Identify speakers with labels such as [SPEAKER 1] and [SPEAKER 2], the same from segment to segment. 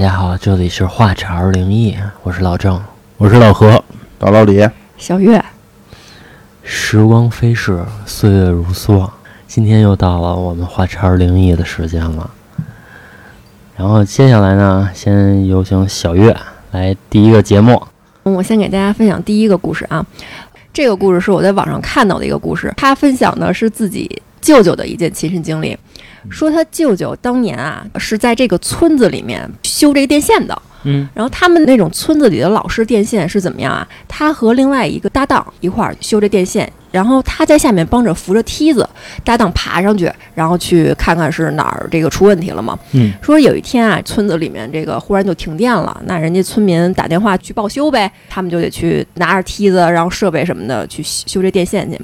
[SPEAKER 1] 家好，这里是话茬儿灵异，我是老郑。
[SPEAKER 2] 我是老何，大老李，
[SPEAKER 3] 小月，
[SPEAKER 1] 时光飞逝，岁月如梭，今天又到了我们话茬儿灵异的时间了。然后接下来呢，先有请小月来第一个节目。
[SPEAKER 3] 嗯我先给大家分享第一个故事啊。这个故事是我在网上看到的一个故事，他分享的是自己舅舅的一件亲身经历，说他舅舅当年啊是在这个村子里面修这个电线的。
[SPEAKER 1] 嗯，
[SPEAKER 3] 然后他们那种村子里的老式电线是怎么样啊？他和另外一个搭档一块儿修这电线，然后他在下面帮着扶着梯子，搭档爬上去，然后去看看是哪儿这个出问题了嘛。
[SPEAKER 2] 嗯，
[SPEAKER 3] 说有一天啊，村子里面这个忽然就停电了，那人家村民打电话去报修呗，他们就得去拿着梯子，然后设备什么的去修修这电线去。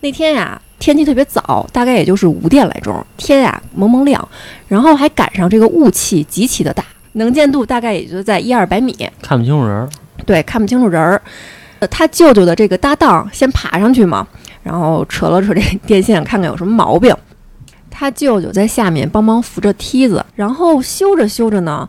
[SPEAKER 3] 那天呀、天气特别早，大概也就是五点来钟，天呀、蒙蒙亮，然后还赶上这个雾气极其的大，能见度大概也就在一二百米。
[SPEAKER 1] 看不清楚人儿，
[SPEAKER 3] 对，看不清楚人儿。呃他舅舅的这个搭档先爬上去嘛，然后扯了扯这电线，看看有什么毛病。他舅舅在下面帮忙扶着梯子，然后修着修着呢，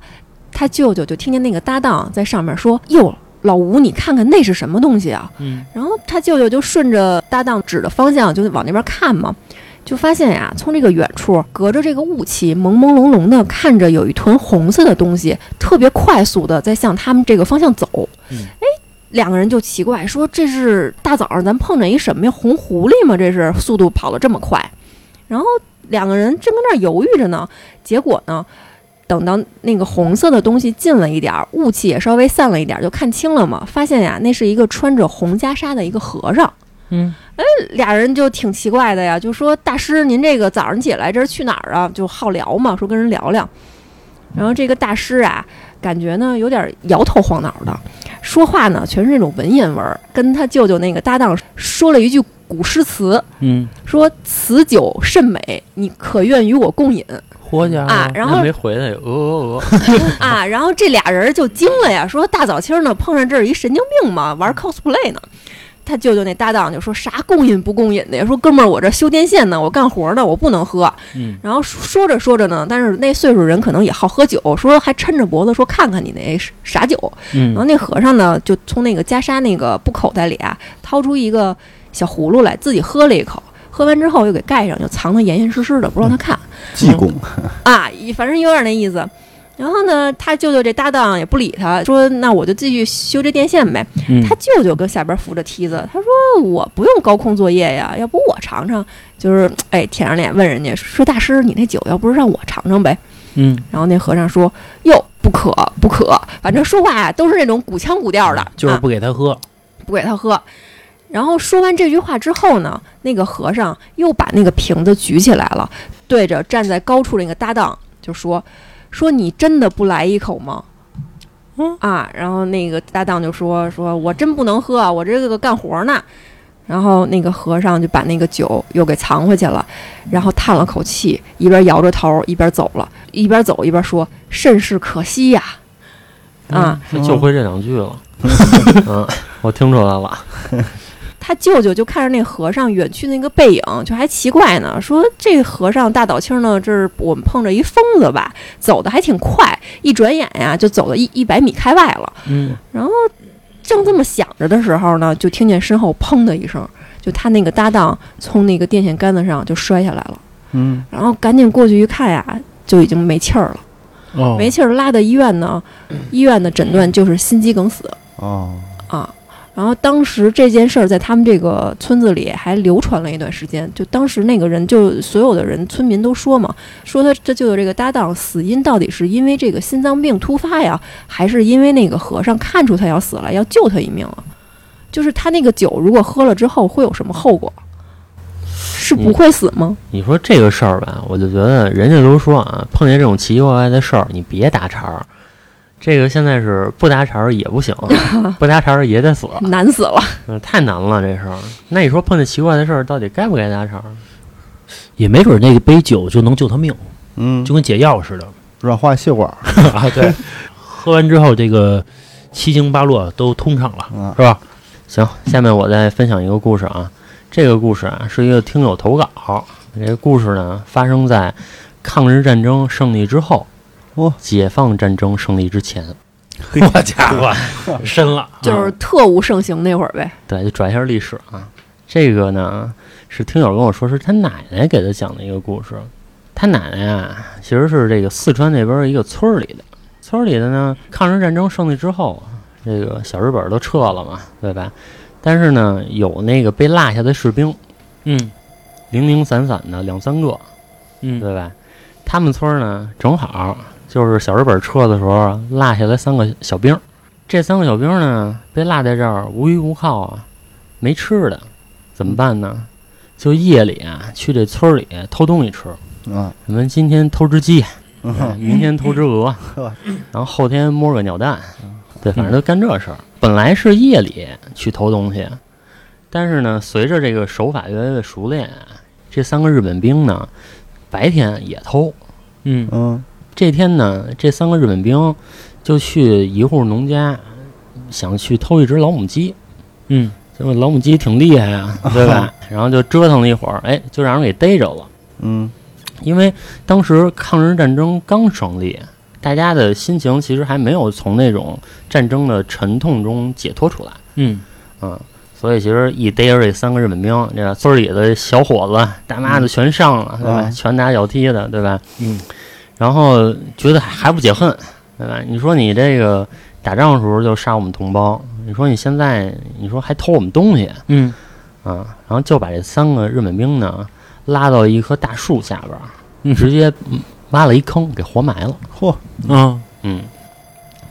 [SPEAKER 3] 他舅舅就听见那个搭档在上面说：“哟，老吴，你看看那是什么东西啊？”
[SPEAKER 1] 嗯，
[SPEAKER 3] 然后他舅舅就顺着搭档指的方向就往那边看嘛，就发现呀、从这个远处隔着这个雾气，朦朦胧胧的看着有一团红色的东西，特别快速的在向他们这个方向走。哎、
[SPEAKER 1] 嗯
[SPEAKER 3] 两个人就奇怪说：“这是大早上咱碰着一什么呀？红狐狸吗？这是速度跑得这么快。”然后两个人正跟那儿犹豫着呢，结果呢，等到那个红色的东西近了一点儿，雾气也稍微散了一点儿，就看清了嘛，发现呀，那是一个穿着红袈裟的一个和尚。
[SPEAKER 1] 嗯，
[SPEAKER 3] 哎，俩人就挺奇怪的呀，就说大师，您这个早上起来这是去哪儿啊？就好聊嘛，说跟人聊聊。然后这个大师啊，感觉呢有点摇头晃脑的，说话呢全是那种文言文儿，跟他舅舅那个搭档说了一句古诗词，
[SPEAKER 2] 嗯，
[SPEAKER 3] 说此酒甚美，你可愿与我共饮？
[SPEAKER 1] 活家
[SPEAKER 3] 伙啊然后
[SPEAKER 1] 那没回来，鹅鹅鹅，
[SPEAKER 3] 啊，然后这俩人就惊了呀，说大早清儿呢碰上这儿一神经病嘛，玩 cosplay 呢。他舅舅那搭档就说啥供饮不供饮的呀？说哥们儿，我这修电线呢，我干活呢，我不能喝。
[SPEAKER 1] 嗯，
[SPEAKER 3] 然后说说着说着呢，但是那岁数人可能也好喝酒，说还抻着脖子说看看你那是啥酒。然后
[SPEAKER 1] 嗯，
[SPEAKER 3] 那和尚呢，就从那个袈裟那个布口袋里啊，掏出一个小葫芦来，自己喝了一口。喝完之后又给盖上，就藏得严严实实的，
[SPEAKER 1] 嗯
[SPEAKER 3] 不让他看。
[SPEAKER 2] 济公，
[SPEAKER 3] 啊，一反正有点那意思。然后呢，他舅舅这搭档也不理他，说：“那我就继续修这电线呗。
[SPEAKER 1] 嗯
[SPEAKER 3] 他舅舅跟下边扶着梯子，他说：“我不用高空作业呀，要不我尝尝？”就是哎，舔着脸问人家说：“大师，你那酒要不是让我尝尝呗
[SPEAKER 1] 嗯，？”
[SPEAKER 3] 然后那和尚说：“哟，不可不可，反正说话呀都是那种古腔古调的，
[SPEAKER 1] 嗯就是
[SPEAKER 3] 啊
[SPEAKER 1] 不给他喝，
[SPEAKER 3] 不给他喝。然后说完这句话之后呢，那个和尚又把那个瓶子举起来了，对着站在高处的那个搭档就说：“说你真的不来一口吗？”
[SPEAKER 1] 嗯
[SPEAKER 3] 啊，然后那个搭档就说：“说我真不能喝，啊我这个干活呢。”然后那个和尚就把那个酒又给藏回去了，然后叹了口气，一边摇着头一边走了，一边走一边说：“甚是可惜呀、啊，
[SPEAKER 1] 嗯就会这两句 了。嗯，我听出来了，
[SPEAKER 3] 他舅舅就看着那和尚远去那个背影，就还奇怪呢，说这和尚大早清呢，这是我们碰着一疯子吧，走的还挺快，一转眼呀就走了一一百米开外了。
[SPEAKER 1] 嗯，
[SPEAKER 3] 正这么想着的时候呢，就听见身后砰的一声，就他那个搭档从那个电线杆子上就摔下来了，
[SPEAKER 2] 嗯，
[SPEAKER 3] 然后赶紧过去一看呀，就已经没气儿了，
[SPEAKER 2] 哦
[SPEAKER 3] 没气儿拉到医院呢，医院的诊断就是心肌梗死。
[SPEAKER 2] 哦，
[SPEAKER 3] 啊。然后当时这件事儿在他们这个村子里还流传了一段时间，就当时那个人，就所有的人村民都说嘛，说他这就有这个搭档死因到底是因为这个心脏病突发呀，还是因为那个和尚看出他要死了，要救他一命啊？就是他那个酒如果喝了之后会有什么后果？是不会死吗？
[SPEAKER 1] 你说这个事儿吧，我就觉得人家都说啊，碰见这种奇奇怪怪的事儿，你别搭茬儿。这个现在是不搭茬儿也不行，不搭茬儿也得死，
[SPEAKER 3] 难死了。
[SPEAKER 1] 嗯，太难了这事儿。那你说碰见奇怪的事儿，到底该不该搭茬儿？
[SPEAKER 4] 也没准那杯酒就能救他命，
[SPEAKER 2] 嗯，
[SPEAKER 4] 就跟解药似的
[SPEAKER 2] 软化血管儿
[SPEAKER 4] 啊！对， 喝完之后这个七经八络都通畅了，
[SPEAKER 2] 啊，
[SPEAKER 4] 是吧？
[SPEAKER 1] 行，下面我再分享一个故事啊。这个故事啊是一个听友投稿，这个故事呢发生在抗日战争胜利之后，
[SPEAKER 2] 哦
[SPEAKER 1] 解放战争胜利之前，
[SPEAKER 2] 我家
[SPEAKER 4] 哇， 深了，啊
[SPEAKER 3] 就是特务盛行那会儿呗。
[SPEAKER 1] 对，就转一下历史啊。这个呢是听友跟我说，是他奶奶给他讲的一个故事。他奶奶啊，其实是这个四川那边一个村儿里的，村儿里的呢，抗日战争胜利之后，这个小日本都撤了嘛，对吧？但是呢，有那个被落下的士兵，
[SPEAKER 4] 嗯
[SPEAKER 1] 零零散散的两三个，
[SPEAKER 4] 嗯，
[SPEAKER 1] 对吧？他们村儿呢，正好就是小日本撤的时候落下来三个小兵儿，这三个小兵儿呢被落在这儿无依无靠啊，没吃的，怎么办呢？就夜里啊去这村儿里偷东西吃，
[SPEAKER 2] 啊，
[SPEAKER 1] 什么今天偷只鸡，
[SPEAKER 2] 嗯
[SPEAKER 1] 明天偷只鹅
[SPEAKER 2] 呵，
[SPEAKER 1] 然后后天摸个鸟蛋，对，反正都干这事儿。本来是夜里去偷东西，但是呢，随着这个手法越来越熟练啊，这三个日本兵呢，白天也偷。
[SPEAKER 4] 嗯
[SPEAKER 2] 嗯
[SPEAKER 1] 这天呢，这三个日本兵就去一户农家，想去偷一只老母鸡。
[SPEAKER 4] 嗯
[SPEAKER 1] 结果老母鸡挺厉害啊，对吧？然后就折腾了一会儿，哎，就让人给逮着了。
[SPEAKER 2] 嗯
[SPEAKER 1] 因为当时抗日战争刚胜利，大家的心情其实还没有从那种战争的沉痛中解脱出来，
[SPEAKER 4] 嗯
[SPEAKER 1] 嗯，所以其实一逮着这三个日本兵，这村里的小伙子、大妈的全上了，对吧？
[SPEAKER 2] 嗯
[SPEAKER 1] 拳打脚踢的，对吧？
[SPEAKER 4] 嗯，
[SPEAKER 1] 然后觉得还不解恨，对吧？你说你这个打仗的时候就杀我们同胞，你说你现在你说还偷我们东西，
[SPEAKER 4] 嗯
[SPEAKER 1] 啊，然后就把这三个日本兵呢拉到一棵大树下边儿，
[SPEAKER 4] 嗯
[SPEAKER 1] 直接嗯挖了一坑给活埋了。
[SPEAKER 4] 啊，
[SPEAKER 1] 嗯，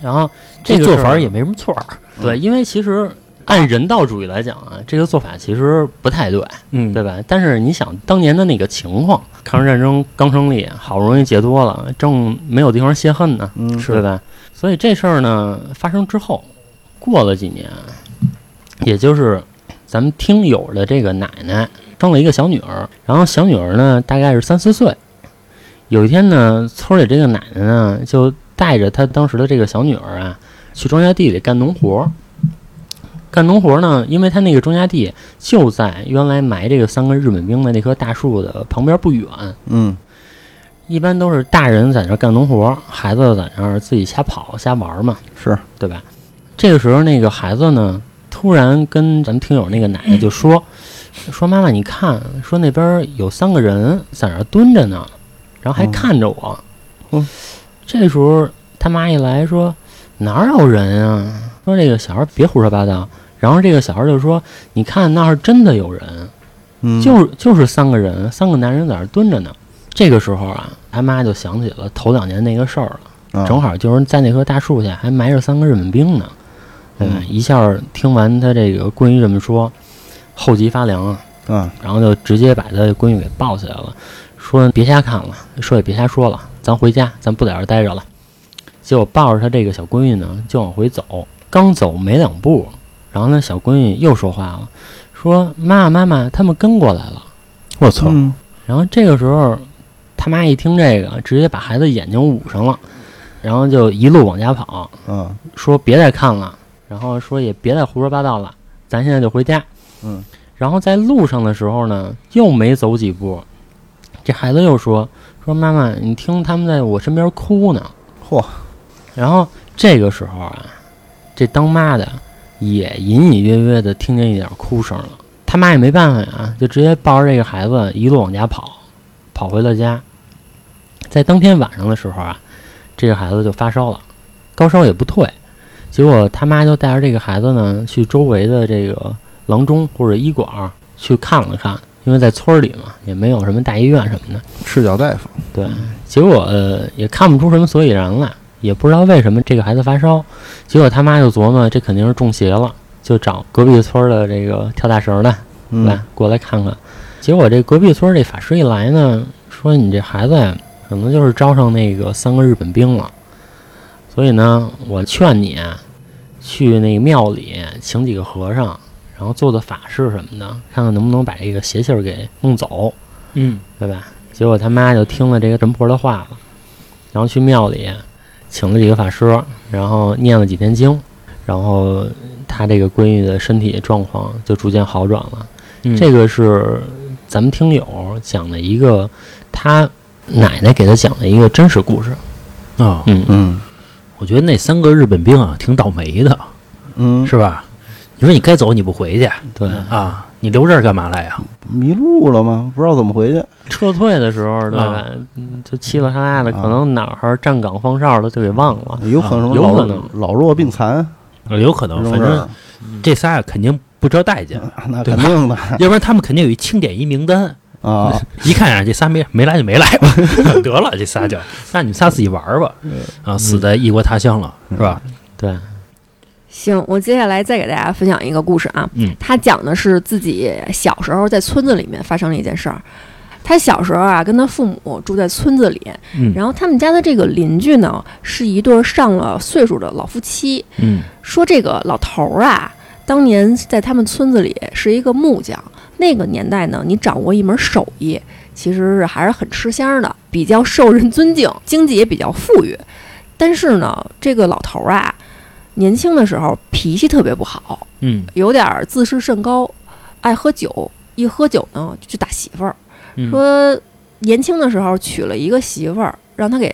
[SPEAKER 1] 然后
[SPEAKER 4] 这
[SPEAKER 1] 这个
[SPEAKER 4] 做
[SPEAKER 1] 事
[SPEAKER 4] 法
[SPEAKER 1] 儿
[SPEAKER 4] 也嗯没什么错儿，啊
[SPEAKER 1] 对，因为其实按人道主义来讲啊，这个做法其实不太对，
[SPEAKER 4] 嗯
[SPEAKER 1] 对吧？但是你想当年的那个情况，抗日战争刚胜利，好不容易解脱了，正没有地方泄恨呢，
[SPEAKER 2] 嗯
[SPEAKER 1] 对吧？所以这事儿呢发生之后，过了几年，也就是咱们听友的这个奶奶生了一个小女儿，然后小女儿呢大概是三四岁。有一天呢，村里这个奶奶呢就带着她当时的这个小女儿啊，去庄稼地里干农活儿。干农活儿呢，因为她那个庄稼地就在原来埋这个三个日本兵的那棵大树的旁边不远，
[SPEAKER 2] 嗯
[SPEAKER 1] 一般都是大人在那儿干农活，孩子在那儿自己瞎跑瞎玩儿嘛，
[SPEAKER 2] 是
[SPEAKER 1] 对吧？这个时候，那个孩子呢，突然跟咱们听友那个奶奶就说：“ 说妈妈，你看，说那边儿有三个人在那儿蹲着呢，然后还
[SPEAKER 2] 嗯
[SPEAKER 1] 看着我。
[SPEAKER 2] 嗯
[SPEAKER 1] 这时候他妈一来说：“哪儿有人啊？”说这个小孩儿别胡说八道。然后这个小孩儿就说：“你看，那儿真的有人。”
[SPEAKER 2] 嗯
[SPEAKER 1] 就是就是三个人，三个男人在那儿蹲着呢。这个时候啊，他妈就想起了头两年那个事儿了，
[SPEAKER 2] 啊
[SPEAKER 1] 正好就是在那棵大树下还埋着三个日本兵呢，对吧？
[SPEAKER 2] 嗯
[SPEAKER 1] 一下儿听完他这个闺女这么说，后脊发凉啊，
[SPEAKER 2] 啊
[SPEAKER 1] 然后就直接把他闺女给抱起来了，说别瞎看了，说也别瞎说了，咱回家，咱不在这儿待着了。结果抱着他这个小闺女呢，就往回走，刚走没两步，然后呢，小闺女又说话了，说妈妈妈妈，他们跟过来了。
[SPEAKER 2] 我操
[SPEAKER 4] 嗯
[SPEAKER 1] 然后这个时候，他妈一听这个，直接把孩子眼睛捂上了，然后就一路往家跑，
[SPEAKER 2] 啊
[SPEAKER 1] 说别再看了，然后说也别再胡说八道了，咱现在就回家。
[SPEAKER 2] 嗯，
[SPEAKER 1] 然后在路上的时候呢，又没走几步，这孩子又说说妈妈，你听他们在我身边哭呢。
[SPEAKER 2] 嚯！
[SPEAKER 1] 然后这个时候啊，这当妈的也隐隐约约的听见一点哭声了。他妈也没办法呀，就直接抱着这个孩子一路往家跑，跑回了家。在当天晚上的时候啊，这个孩子就发烧了，高烧也不退。结果他妈就带着这个孩子呢，去周围的这个郎中或者医馆儿去看了看，因为在村儿里嘛，也没有什么大医院什么的。
[SPEAKER 2] 赤脚大夫
[SPEAKER 1] 对，结果呃也看不出什么所以然来，也不知道为什么这个孩子发烧。结果他妈就琢磨，这肯定是中邪了，就找隔壁村儿的这个跳大绳的
[SPEAKER 2] 嗯
[SPEAKER 1] 来过来看看。结果这隔壁村儿这法师一来呢，说你这孩子呀，可能就是招上那个三个日本兵了，所以呢，我劝你啊去那个庙里请几个和尚，然后做做法事什么的，看看能不能把这个邪气儿给弄走。
[SPEAKER 4] 嗯
[SPEAKER 1] 对吧？结果他妈就听了这个神婆的话了，然后去庙里请了几个法师，然后念了几天经，然后他这个闺女的身体状况就逐渐好转了。
[SPEAKER 4] 嗯
[SPEAKER 1] 这个是咱们听友讲的一个他奶奶给他讲的一个真实故事。
[SPEAKER 4] 啊。
[SPEAKER 1] 嗯，
[SPEAKER 2] 嗯
[SPEAKER 4] 我觉得那三个日本兵啊，挺倒霉的，
[SPEAKER 2] 嗯，
[SPEAKER 4] 是吧？你说你该走你不回去
[SPEAKER 1] 对，
[SPEAKER 4] 啊，你留这儿干嘛来啊呀？
[SPEAKER 2] 迷路了吗？不知道怎么回去。
[SPEAKER 1] 撤退的时候，对吧？嗯就嘁了哈啦的，
[SPEAKER 2] 啊
[SPEAKER 1] 可能哪儿站岗放哨了，就给忘
[SPEAKER 4] 嗯
[SPEAKER 1] 了。
[SPEAKER 2] 有可能
[SPEAKER 1] 有
[SPEAKER 2] 老
[SPEAKER 1] 可能
[SPEAKER 2] 老弱病残，
[SPEAKER 4] 呃有可能，
[SPEAKER 2] 扔
[SPEAKER 4] 反
[SPEAKER 2] 这儿
[SPEAKER 4] 正这嗯仨呀肯定不招待见，
[SPEAKER 2] 啊那
[SPEAKER 4] 对
[SPEAKER 2] 肯
[SPEAKER 4] 吧
[SPEAKER 2] 定的
[SPEAKER 4] 要不然他们肯定有一清点一名单，
[SPEAKER 2] 啊。
[SPEAKER 4] 一看啊，这仨没没来就没来吧， 得了，这仨就那你们仨自己玩儿吧，啊，死在异国他乡了，是吧？
[SPEAKER 1] 对，
[SPEAKER 3] 行，我接下来再给大家分享一个故事啊。
[SPEAKER 4] 嗯，
[SPEAKER 3] 他讲的是自己小时候在村子里面发生了一件事儿。他小时候啊，跟他父母住在村子里，
[SPEAKER 4] 嗯
[SPEAKER 3] 然后他们家的这个邻居呢，是一对上了岁数的老夫妻。
[SPEAKER 4] 嗯
[SPEAKER 3] 说这个老头儿啊，当年在他们村子里是一个木匠。那个年代呢，你掌握一门手艺，其实是还是很吃香的，比较受人尊敬， 经济也比较富裕。但是呢，这个老头儿啊，年轻的时候脾气特别不好，
[SPEAKER 4] 嗯
[SPEAKER 3] 有点儿自视甚高，爱喝酒，一喝酒呢就去打媳妇儿。
[SPEAKER 4] 嗯，
[SPEAKER 3] 说年轻的时候娶了一个媳妇儿，让他给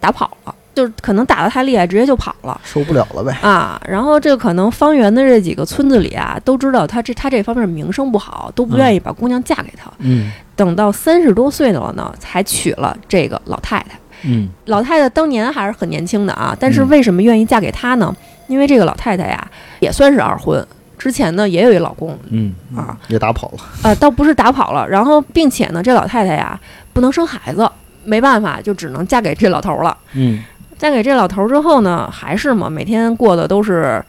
[SPEAKER 3] 打跑了，就是可能打得太厉害，直接就跑了。
[SPEAKER 2] 受不了了呗。
[SPEAKER 3] 啊，然后这可能方圆的这几个村子里啊，都知道他这他这方面名声不好，都不愿意把姑娘嫁给他。
[SPEAKER 4] 嗯
[SPEAKER 3] 等到三十多岁了呢，才娶了这个老太太。
[SPEAKER 4] 嗯
[SPEAKER 3] 老太太当年还是很年轻的啊，但是
[SPEAKER 4] 嗯
[SPEAKER 3] 为什么愿意嫁给他呢？因为这个老太太呀，也算是二婚，之前呢也有一老公
[SPEAKER 4] 嗯
[SPEAKER 3] 啊，
[SPEAKER 2] 也打跑了，
[SPEAKER 3] 呃，倒不是打跑了，然后并且呢，这老太太呀不能生孩子，没办法，就只能嫁给这老头儿了。
[SPEAKER 4] 嗯
[SPEAKER 3] 嫁给这老头儿之后呢，还是嘛，每天过的都是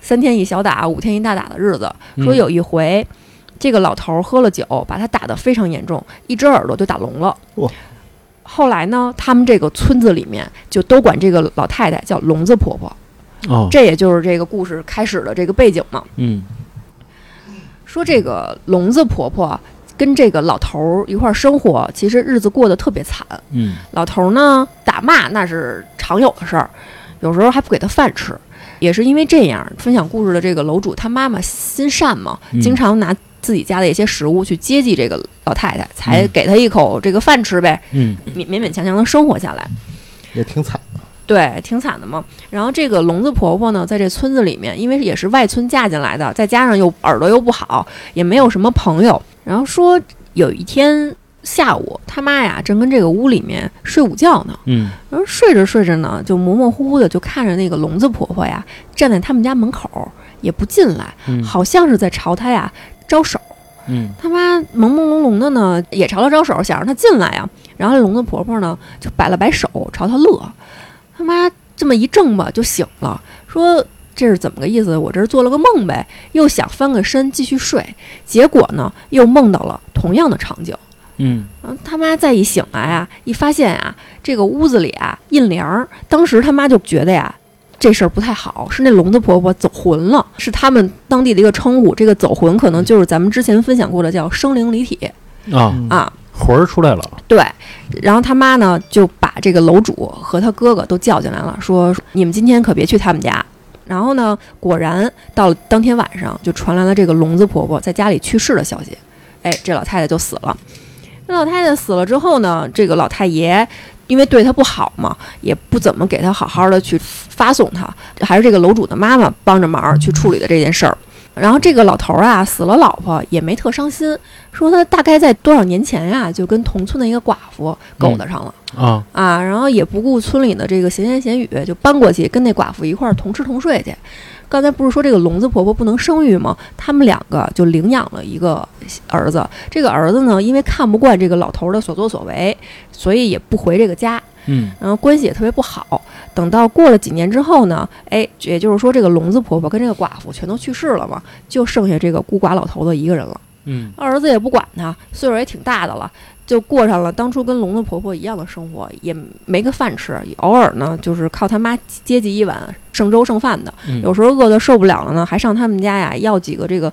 [SPEAKER 3] 三天一小打，五天一大打的日子。
[SPEAKER 4] 嗯
[SPEAKER 3] 说有一回，这个老头儿喝了酒，把他打得非常严重，一只耳朵就打聋了
[SPEAKER 2] 哇。
[SPEAKER 3] 后来呢，他们这个村子里面就都管这个老太太叫聋子婆婆，
[SPEAKER 4] 哦
[SPEAKER 3] 这也就是这个故事开始的这个背景嘛。
[SPEAKER 4] 嗯
[SPEAKER 3] 说这个聋子婆婆跟这个老头儿一块儿生活，其实日子过得特别惨。
[SPEAKER 4] 嗯
[SPEAKER 3] 老头儿呢，打骂那是常有的事儿，有时候还不给他饭吃。也是因为这样，分享故事的这个楼主他妈妈心善嘛，
[SPEAKER 4] 嗯
[SPEAKER 3] 经常拿自己家的一些食物去接济这个老太太，才
[SPEAKER 4] 嗯
[SPEAKER 3] 给她一口这个饭吃呗，
[SPEAKER 4] 嗯
[SPEAKER 3] 勉勉勉强强能生活下来。
[SPEAKER 2] 也挺惨。
[SPEAKER 3] 对，挺惨的嘛。然后这个聋子婆婆呢，在这村子里面，因为也是外村嫁进来的，再加上又耳朵又不好，也没有什么朋友。然后说有一天下午，他妈呀正跟这个屋里面睡午觉呢，
[SPEAKER 4] 嗯
[SPEAKER 3] 然后睡着睡着呢，就模模糊糊的就看着那个聋子婆婆呀站在他们家门口，也不进来，
[SPEAKER 4] 嗯
[SPEAKER 3] 好像是在朝他呀招手。
[SPEAKER 4] 嗯
[SPEAKER 3] 他妈朦朦胧胧的呢，也朝他招手，想让他进来呀。然后聋子婆婆呢，就摆了摆手，朝他乐。他妈这么一怔吧，就醒了，说这是怎么个意思？我这是做了个梦呗。又想翻个身继续睡，结果呢，又梦到了同样的场景。
[SPEAKER 4] 嗯
[SPEAKER 3] 嗯，他妈再一醒来啊，一发现啊，这个屋子里啊印梁儿，当时他妈就觉得呀，这事儿不太好，是那聋子婆婆走魂了，是他们当地的一个称呼。这个走魂可能就是咱们之前分享过的叫生灵离体
[SPEAKER 4] 啊，
[SPEAKER 3] 啊。
[SPEAKER 4] 魂儿出来了，
[SPEAKER 3] 对，然后他妈呢就把这个楼主和他哥哥都叫进来了，说你们今天可别去他们家。然后呢，果然到了当天晚上，就传来了这个聋子婆婆在家里去世的消息。哎，这老太太就死了。那老太太死了之后呢，这个老太爷因为对她不好嘛，也不怎么给她好好的去发送她，还是这个楼主的妈妈帮着忙去处理的这件事儿。然后这个老头儿啊，死了老婆也没特伤心，说他大概在多少年前呀、就跟同村的一个寡妇勾搭上了、
[SPEAKER 4] 啊
[SPEAKER 3] 啊，然后也不顾村里的这个闲言闲语，就搬过去跟那寡妇一块儿同吃同睡去。刚才不是说这个聋子婆婆不能生育吗？他们两个就领养了一个儿子。这个儿子呢，因为看不惯这个老头儿的所作所为，所以也不回这个家。
[SPEAKER 4] 嗯
[SPEAKER 3] 然后关系也特别不好。等到过了几年之后呢，哎，也就是说这个聋子婆婆跟这个寡妇全都去世了嘛，就剩下这个孤寡老头子一个人了。
[SPEAKER 4] 嗯
[SPEAKER 3] 儿子也不管他，岁数也挺大的了，就过上了当初跟聋子婆婆一样的生活，也没个饭吃，偶尔呢就是靠他妈接济一碗剩粥剩饭的，
[SPEAKER 4] 嗯
[SPEAKER 3] 有时候饿得受不了了呢，还上他们家呀要几个这个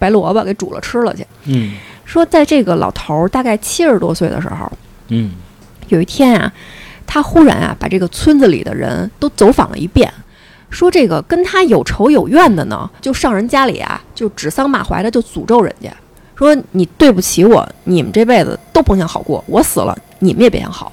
[SPEAKER 3] 白萝卜给煮了吃了去。
[SPEAKER 4] 嗯
[SPEAKER 3] 说在这个老头儿大概七十多岁的时候，
[SPEAKER 4] 嗯
[SPEAKER 3] 有一天啊，他忽然啊把这个村子里的人都走访了一遍，说这个跟他有仇有怨的呢，就上人家里啊就指桑骂槐的就诅咒人家，说你对不起我，你们这辈子都甭想好过，我死了你们也别想好。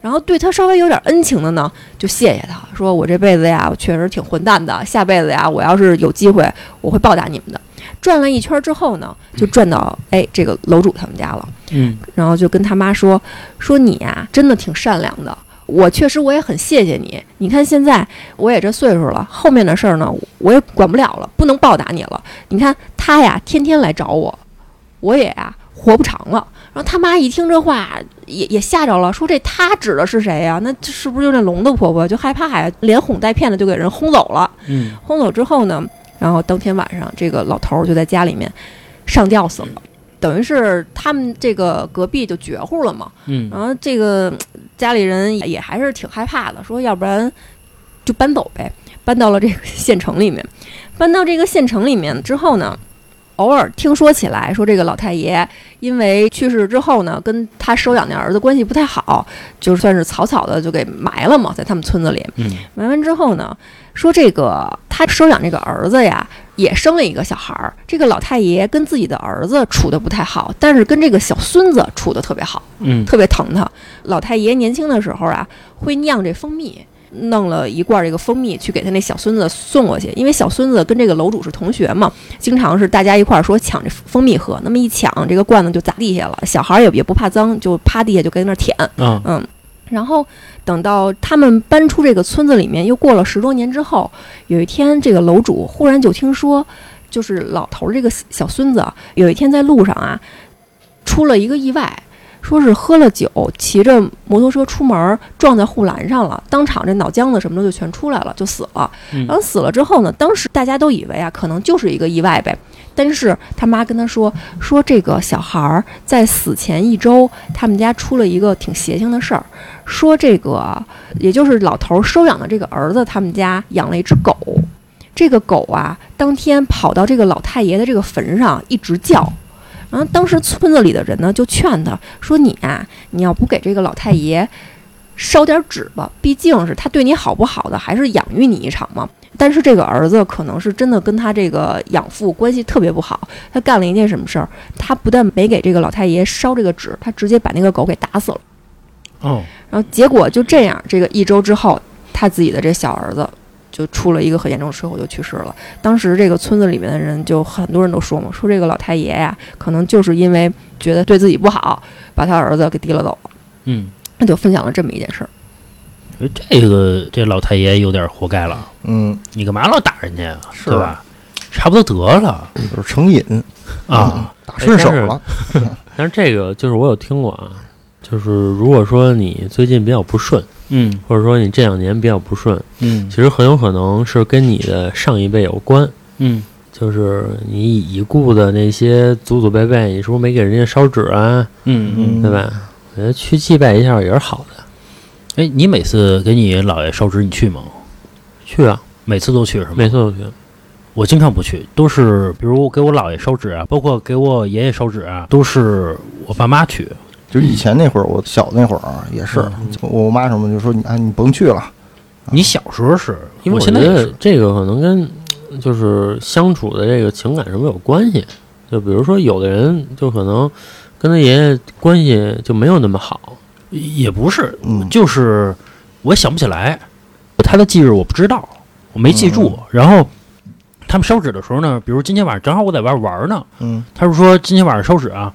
[SPEAKER 3] 然后对他稍微有点恩情的呢，就谢谢他，说我这辈子呀，我确实挺混蛋的，下辈子呀，我要是有机会，我会报答你们的。转了一圈之后呢，就转到哎这个楼主他们家了，
[SPEAKER 4] 嗯，
[SPEAKER 3] 然后就跟他妈说说你呀、真的挺善良的，我确实我也很谢谢你。你看现在我也这岁数了，后面的事儿呢我也管不了了，不能报答你了。你看他呀天天来找我，我也呀、活不长了。然后他妈一听这话也也吓着了，说这他指的是谁呀、那这是不是就那聋子婆婆就害怕呀，连哄带骗的就给人轰走了。
[SPEAKER 4] 嗯，
[SPEAKER 3] 轰走之后呢，然后当天晚上，这个老头儿就在家里面上吊死了。等于是他们这个隔壁就绝户了嘛，
[SPEAKER 4] 嗯
[SPEAKER 3] 然后这个嗯家里人也还是挺害怕的，说要不然就搬走呗，搬到了这个县城里面。搬到这个县城里面之后呢，偶尔听说起来说这个老太爷因为去世之后呢，跟他收养那儿子关系不太好，就算是草草的就给埋了嘛，在他们村子里。
[SPEAKER 4] 嗯
[SPEAKER 3] 埋完之后呢，说这个他收养这个儿子呀，也生了一个小孩儿。这个老太爷跟自己的儿子处的不太好，但是跟这个小孙子处的特别好，
[SPEAKER 4] 嗯
[SPEAKER 3] 特别疼他。老太爷年轻的时候啊，会酿这蜂蜜。弄了一罐这个蜂蜜去给他那小孙子送过去，因为小孙子跟这个楼主是同学嘛，经常是大家一块儿说抢这蜂蜜喝，那么一抢这个罐子就砸地下了，小孩儿也也不怕脏，就趴地下就跟那儿舔，
[SPEAKER 4] 啊
[SPEAKER 3] 嗯，然后等到他们搬出这个村子里面，又过了十多年之后，有一天，这个楼主忽然就听说，就是老头儿这个小孙子啊，有一天在路上啊，出了一个意外，说是喝了酒，骑着摩托车出门儿撞在护栏上了，当场这脑浆子什么的就全出来了，就死了。
[SPEAKER 4] 嗯
[SPEAKER 3] 然后死了之后呢，当时大家都以为啊，可能就是一个意外呗。但是他妈跟他说，说这个小孩儿在死前一周，他们家出了一个挺邪性的事儿，说这个也就是老头儿收养的这个儿子，他们家养了一只狗，这个狗啊，当天跑到这个老太爷的这个坟上一直叫。然后当时村子里的人呢，就劝他说：“你啊，你要不给这个老太爷烧点纸吧，毕竟是他对你好不好的，还是养育你一场嘛。但是这个儿子可能是真的跟他这个养父关系特别不好，他干了一件什么事儿？他不但没给这个老太爷烧这个纸，他直接把那个狗给打死了。
[SPEAKER 4] 哦，
[SPEAKER 3] 然后结果就这样，这个一周之后，他自己的这小儿子就出了一个很严重的车祸，就去世了。当时这个村子里面的人就很多人都说嘛，说这个老太爷呀、可能就是因为觉得对自己不好，把他儿子给提了走了。
[SPEAKER 4] 嗯，
[SPEAKER 3] 那就分享了这么一件事儿。
[SPEAKER 4] 这个这老太爷有点活该了，
[SPEAKER 2] 嗯，
[SPEAKER 4] 你干嘛老打人家呀？
[SPEAKER 2] 是
[SPEAKER 4] 对吧？差不多得了
[SPEAKER 2] 就是成瘾，
[SPEAKER 4] 啊。
[SPEAKER 2] 打顺手
[SPEAKER 4] 哎但是
[SPEAKER 2] 了，
[SPEAKER 1] 但是这个就是我有听过啊，就是如果说你最近比较不顺，
[SPEAKER 4] 嗯
[SPEAKER 1] 或者说你这两年比较不顺，
[SPEAKER 4] 嗯
[SPEAKER 1] 其实很有可能是跟你的上一辈有关。
[SPEAKER 4] 嗯
[SPEAKER 1] 就是你已故的那些祖祖辈辈，你是不是没给人家烧纸啊？
[SPEAKER 4] 嗯嗯。
[SPEAKER 1] 对吧？我觉得去祭拜一下也是好的。
[SPEAKER 4] 哎，你每次给你姥爷烧纸，你去吗？
[SPEAKER 1] 去啊，
[SPEAKER 4] 每次都去是吗？
[SPEAKER 1] 每次都去。
[SPEAKER 4] 我经常不去，都是比如给我姥爷烧纸啊，包括给我爷爷烧纸啊，都是我爸妈去。
[SPEAKER 2] 就是以前那会儿，我小那会儿啊，也是，
[SPEAKER 4] 嗯
[SPEAKER 2] 我妈什么就说你啊，你甭去了，
[SPEAKER 4] 你小时候是，
[SPEAKER 1] 因为
[SPEAKER 4] 我
[SPEAKER 1] 啊我觉
[SPEAKER 4] 现在也
[SPEAKER 1] 得
[SPEAKER 4] 是
[SPEAKER 1] 这个可能跟就是相处的这个情感什么有关系。就比如说，有的人就可能跟他爷爷关系就没有那么好，
[SPEAKER 4] 也不是，
[SPEAKER 2] 嗯
[SPEAKER 4] 就是我想不起来他的忌日，我不知道，我没记
[SPEAKER 1] 嗯
[SPEAKER 4] 住。然后他们烧纸的时候呢，比如今天晚上正好我在外玩呢，
[SPEAKER 2] 嗯，
[SPEAKER 4] 他就说今天晚上烧纸啊，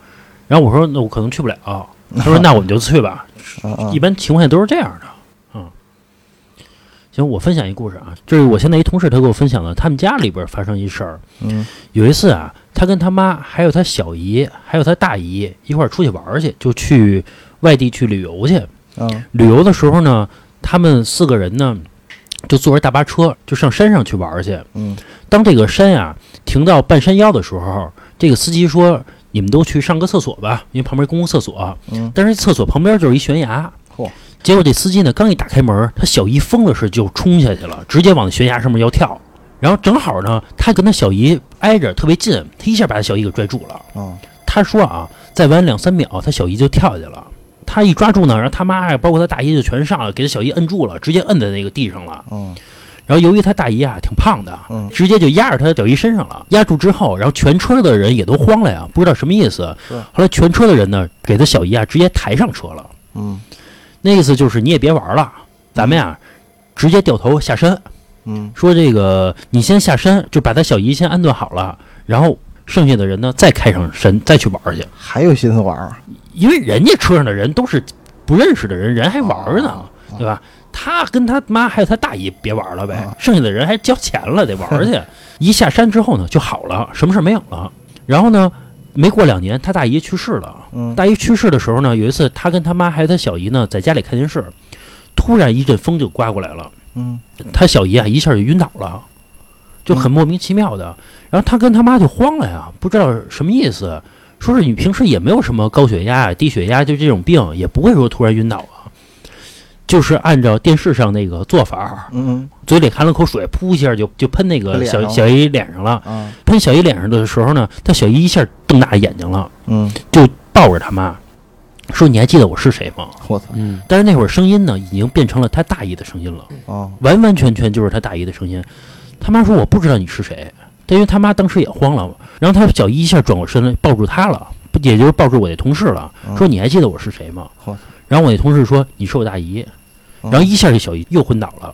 [SPEAKER 4] 然后我说那我可能去不了，啊 他说那我们就去吧，
[SPEAKER 2] 啊啊
[SPEAKER 4] 一般情况下都是这样的啊。行，我分享一故事啊，这是我现在一同事他给我分享的，他们家里边发生一事儿。
[SPEAKER 2] 嗯
[SPEAKER 4] 有一次啊，他跟他妈还有他小姨还有他大姨一块儿出去玩儿去，就去外地去旅游去。
[SPEAKER 2] 啊
[SPEAKER 4] 旅游的时候呢，他们四个人呢就坐着大巴车就上山上去玩儿去。
[SPEAKER 2] 嗯
[SPEAKER 4] 当这个山啊停到半山腰的时候，这个司机说：“你们都去上个厕所吧，因为旁边公共厕所。”
[SPEAKER 2] 嗯
[SPEAKER 4] 但是厕所旁边就是一悬崖。
[SPEAKER 2] 嚯
[SPEAKER 4] 结果这司机呢，刚一打开门，他小姨疯了似的就冲下去了，直接往悬崖上面要跳。然后正好呢，他跟他小姨挨着特别近，他一下把他小姨给拽住了。
[SPEAKER 2] 啊
[SPEAKER 4] 他说啊，再晚两三秒，他小姨就跳下去了。他一抓住呢，然后他妈呀，包括他大姨就全上了，给他小姨摁住了，直接摁在那个地上了。
[SPEAKER 2] 嗯
[SPEAKER 4] 然后由于他大姨啊挺胖的，
[SPEAKER 2] 嗯
[SPEAKER 4] 直接就压着他小姨身上了。压住之后，然后全车的人也都慌了呀，不知道什么意思
[SPEAKER 2] 是。
[SPEAKER 4] 后来全车的人呢，给他小姨啊直接抬上车了。
[SPEAKER 2] 嗯
[SPEAKER 4] 那意思就是你也别玩了，咱们呀直接掉头下山。
[SPEAKER 2] 嗯
[SPEAKER 4] 说这个你先下山，就把他小姨先安顿好了，然后剩下的人呢再开上山再去玩儿去，
[SPEAKER 2] 还有心思玩儿？啊
[SPEAKER 4] 因为人家车上的人都是不认识的人，人还玩儿呢
[SPEAKER 2] 啊，
[SPEAKER 4] 对吧？他跟他妈还有他大姨别玩了呗
[SPEAKER 2] 啊，
[SPEAKER 4] 剩下的人还交钱了，得玩儿 去。一下山之后呢就好了，什么事儿没有了。然后呢，没过两年他大姨去世了。
[SPEAKER 2] 嗯，
[SPEAKER 4] 大姨去世的时候呢，有一次他跟他妈还有他小姨呢在家里看电视，突然一阵风就刮过来了。
[SPEAKER 2] 嗯
[SPEAKER 4] 他小姨啊一下就晕倒了，就很莫名其妙的。然后他跟他妈就慌了呀，不知道什么意思，说是你平时也没有什么高血压、低血压，就这种病也不会说突然晕倒啊。就是按照电视上那个做法儿，
[SPEAKER 2] 嗯
[SPEAKER 4] 嘴里含了口水，噗一下就就喷那个
[SPEAKER 2] 脸
[SPEAKER 4] 小
[SPEAKER 2] 上
[SPEAKER 4] 小姨脸上了。
[SPEAKER 2] 嗯啊
[SPEAKER 4] 喷小姨脸上的时候呢，他小姨一下瞪大眼睛了，
[SPEAKER 2] 嗯，
[SPEAKER 4] 就抱着他妈说：“你还记得我是谁吗
[SPEAKER 2] 我操！
[SPEAKER 1] 嗯？”，
[SPEAKER 4] 但是那会儿声音呢，已经变成了他大姨的声音了。
[SPEAKER 2] 哦，
[SPEAKER 4] 完完全全就是他大姨的声音。他妈说我不知道你是谁，但因为他妈当时也慌了，然后他小姨一下转过身来抱住他了，不也就是抱住我那同事了，
[SPEAKER 2] 嗯
[SPEAKER 4] 说你还记得我是谁吗
[SPEAKER 2] 我操？
[SPEAKER 4] 然后我那同事说你是我大姨，
[SPEAKER 2] 嗯
[SPEAKER 4] 然后一下这小姨又昏倒了，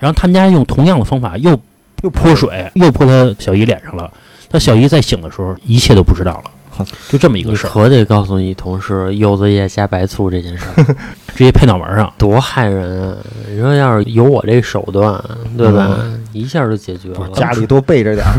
[SPEAKER 4] 然后他们家用同样的方法又
[SPEAKER 2] 又
[SPEAKER 4] 泼，水，又泼他小姨脸上了。他小姨在醒的时候，一切都不知道
[SPEAKER 2] 我
[SPEAKER 4] 了，就这么一
[SPEAKER 1] 你
[SPEAKER 4] 个
[SPEAKER 2] 嗯
[SPEAKER 4] 事儿，
[SPEAKER 1] 可得告诉你同事柚子叶加白醋这件事 儿
[SPEAKER 4] 直接配脑门上。
[SPEAKER 1] 多害人啊！你说要是有我这手段，对吧？一下就解决
[SPEAKER 4] 嗯不是
[SPEAKER 1] 了。
[SPEAKER 2] 家里多备着点儿。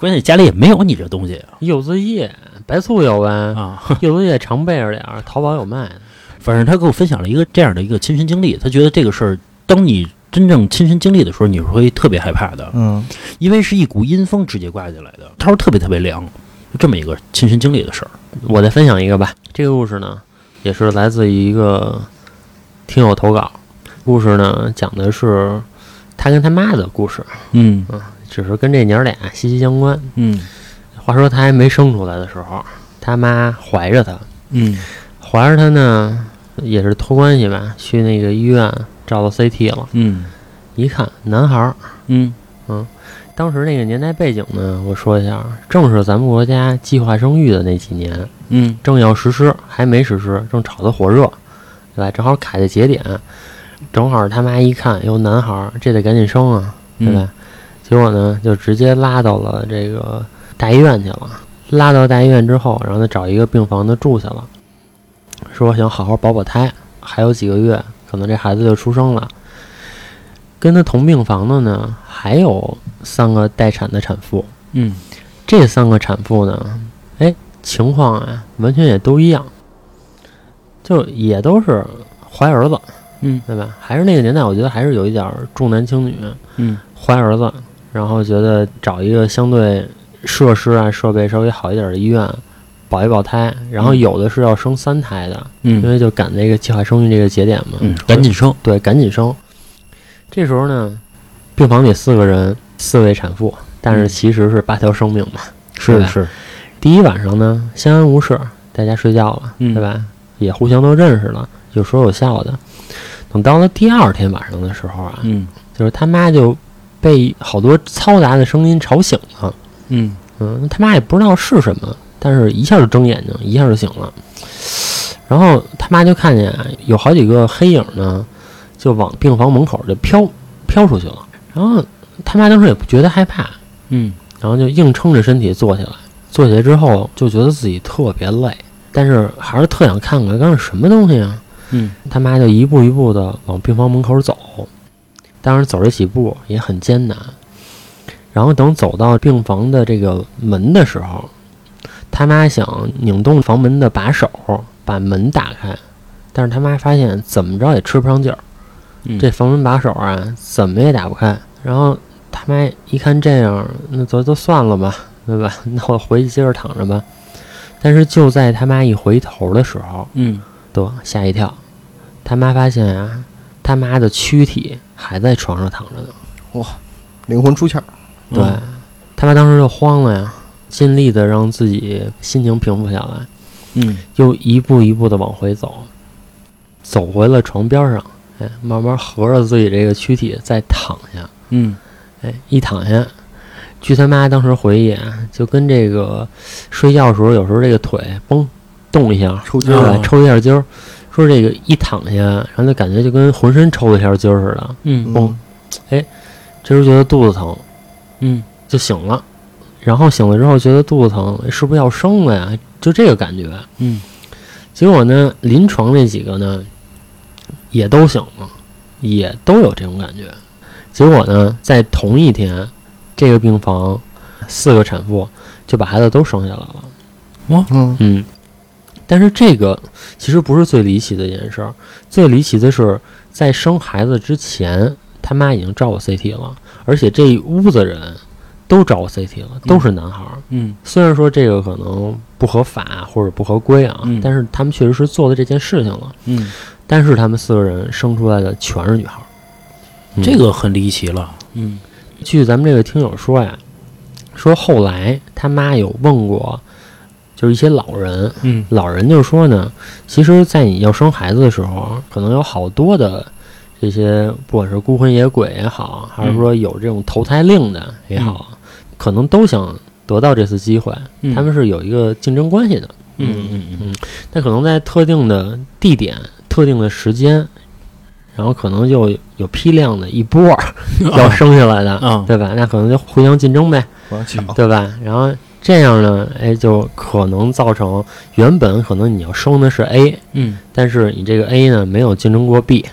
[SPEAKER 4] 关键家里也没有你这东西
[SPEAKER 1] 柚子叶、白醋有呗，
[SPEAKER 4] 啊。
[SPEAKER 1] 柚子叶常备着点儿，淘宝有卖的。
[SPEAKER 4] 反正他给我分享了一个这样的一个亲身经历，他觉得这个事儿，当你真正亲身经历的时候，你是会特别害怕的，
[SPEAKER 2] 嗯
[SPEAKER 4] 因为是一股阴风直接刮进来的。他说特别特别凉，就这么一个亲身经历的事儿。
[SPEAKER 1] 我再分享一个吧。这个故事呢，也是来自于一个听友投稿。故事呢，讲的是他跟他妈的故事，
[SPEAKER 4] 嗯
[SPEAKER 1] 只是跟这娘儿俩息息相关。
[SPEAKER 4] 嗯
[SPEAKER 1] 话说他还没生出来的时候，他妈怀着他，
[SPEAKER 4] 嗯
[SPEAKER 1] 怀着他呢，也是托关系吧，去那个医院照了 CT 了，
[SPEAKER 4] 嗯
[SPEAKER 1] 一看男孩儿。
[SPEAKER 4] 嗯
[SPEAKER 1] 当时那个年代背景呢，我说一下，正是咱们国家计划生育的那几年，
[SPEAKER 4] 嗯
[SPEAKER 1] 正要实施，还没实施，正炒得火热，对吧？正好卡在节点，正好他妈一看，哟，男孩儿，这得赶紧生啊，对
[SPEAKER 4] 嗯
[SPEAKER 1] 吧？结果呢，就直接拉到了这个大医院去了。拉到大医院之后，然后呢，找一个病房呢住下了，说想好好保保胎，还有几个月，可能这孩子就出生了。跟他同病房的呢，还有三个待产的产妇，
[SPEAKER 4] 嗯
[SPEAKER 1] 这三个产妇呢，哎，情况啊，完全也都一样，就也都是怀儿子，
[SPEAKER 4] 嗯
[SPEAKER 1] 对吧？还是那个年代，我觉得还是有一点儿重男轻女，
[SPEAKER 4] 嗯
[SPEAKER 1] 怀儿子，然后觉得找一个相对设施啊设备稍微好一点的医院保一保胎，然后
[SPEAKER 4] 嗯
[SPEAKER 1] 有的是要生三胎的，因
[SPEAKER 4] 嗯
[SPEAKER 1] 为就赶那个计划生育这个节点嘛，
[SPEAKER 4] 嗯，赶紧生。
[SPEAKER 1] 对，赶紧生。这时候呢，病房里四个人，四位产妇，但是
[SPEAKER 4] 嗯
[SPEAKER 1] 其实是八条生命嘛。
[SPEAKER 4] 是
[SPEAKER 1] 对
[SPEAKER 4] 是，
[SPEAKER 1] 第一晚上呢，相安无事，大家睡觉了，
[SPEAKER 4] 嗯
[SPEAKER 1] 对吧？也互相都认识了，有说有笑的。等到了第二天晚上的时候啊，
[SPEAKER 4] 嗯
[SPEAKER 1] 就是他妈就被好多嘈杂的声音吵醒了。
[SPEAKER 4] 嗯
[SPEAKER 1] 嗯，他妈也不知道是什么，但是一下就睁眼睛，一下就醒了。然后他妈就看见啊有好几个黑影呢，就往病房门口就飘飘出去了。然后他妈当时也不觉得害怕，
[SPEAKER 4] 嗯
[SPEAKER 1] 然后就硬撑着身体坐起来。坐起来之后，就觉得自己特别累，但是还是特想看看刚是什么东西啊。
[SPEAKER 4] 嗯
[SPEAKER 1] 他妈就一步一步的往病房门口走，当然走这几步也很艰难。然后等走到病房的这个门的时候，他妈想拧动房门的把手，把门打开，但是他妈发现怎么着也吃不上劲儿，
[SPEAKER 4] 嗯
[SPEAKER 1] 这房门把手啊怎么也打不开。然后他妈一看这样，那就就算了吧，对吧？ 那我回去接着躺着吧。但是就在他妈一回头的时候，
[SPEAKER 4] 嗯
[SPEAKER 1] 得吓一跳，他妈发现啊，他妈的躯体还在床上躺着呢。
[SPEAKER 2] 灵魂出窍，
[SPEAKER 1] 对，
[SPEAKER 4] 嗯
[SPEAKER 1] 他妈当时就慌了呀，尽力的让自己心情平复下来，
[SPEAKER 4] 嗯
[SPEAKER 1] 又一步一步的往回走，走回了床边上，哎，慢慢合着自己这个躯体再躺下，
[SPEAKER 4] 嗯
[SPEAKER 1] 哎，一躺下。据他妈当时回忆啊，就跟这个睡觉的时候，有时候这个腿嘣动一下，
[SPEAKER 2] 抽
[SPEAKER 1] 对
[SPEAKER 2] 筋
[SPEAKER 4] 儿
[SPEAKER 2] 了。
[SPEAKER 1] 吧？抽一下筋儿，说这个一躺下，然后就感觉就跟浑身抽了一条筋儿似的，
[SPEAKER 4] 嗯
[SPEAKER 1] 哦这时候觉得肚子疼，
[SPEAKER 4] 嗯，
[SPEAKER 1] 就醒了，然后醒了之后觉得肚子疼，是不是要生了呀？就这个感觉。
[SPEAKER 4] 嗯，
[SPEAKER 1] 结果呢，临床那几个呢，也都醒了，也都有这种感觉。结果呢，在同一天，这个病房四个产妇就把孩子都生下来了。
[SPEAKER 4] 哦
[SPEAKER 2] 嗯
[SPEAKER 1] 嗯，但是这个其实不是最离奇的一件事儿，最离奇的是在生孩子之前，他妈已经照过 CT 了，而且这一屋子人都照过 CT 了，都是男孩儿。
[SPEAKER 4] 嗯
[SPEAKER 1] 虽然说这个可能不合法或者不合规啊，
[SPEAKER 4] 嗯
[SPEAKER 1] 但是他们确实是做了这件事情了。
[SPEAKER 4] 嗯，
[SPEAKER 1] 但是他们四个人生出来的全是女孩儿。嗯
[SPEAKER 4] 这个很离奇了。嗯
[SPEAKER 1] 据咱们这个听友说呀，说后来他妈有问过，就是一些老人，
[SPEAKER 4] 嗯
[SPEAKER 1] 老人就说呢，其实，在你要生孩子的时候，啊可能有好多的这些，不管是孤魂野鬼也好，还是说有这种投胎令的也好，可能都想得到这次机会，
[SPEAKER 4] 嗯
[SPEAKER 1] 他们是有一个竞争关系的。
[SPEAKER 4] 嗯嗯嗯
[SPEAKER 1] 但可能在特定的地点、特定的时间，然后可能就有批量的一波儿要生下来的，
[SPEAKER 4] 啊
[SPEAKER 1] 对吧？那可能就互相竞争呗。
[SPEAKER 2] 我要抢，
[SPEAKER 1] 对吧？然后这样呢，哎，就可能造成原本可能你要生的是 A，
[SPEAKER 4] 嗯
[SPEAKER 1] 但是你这个 A 呢没有竞争过 B，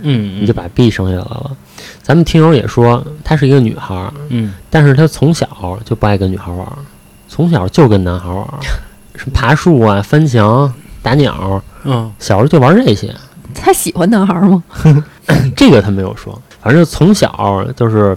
[SPEAKER 4] 嗯，
[SPEAKER 1] 你就把 B 生下来了。咱们听友也说，她是一个女孩儿，
[SPEAKER 4] 嗯
[SPEAKER 1] 但是她从小就不爱跟女孩玩儿，从小就跟男孩玩儿，什么爬树啊、翻墙、打鸟，
[SPEAKER 4] 嗯
[SPEAKER 1] 小时候就玩这些。
[SPEAKER 3] 他喜欢男孩吗？
[SPEAKER 1] 这个她没有说，反正从小就是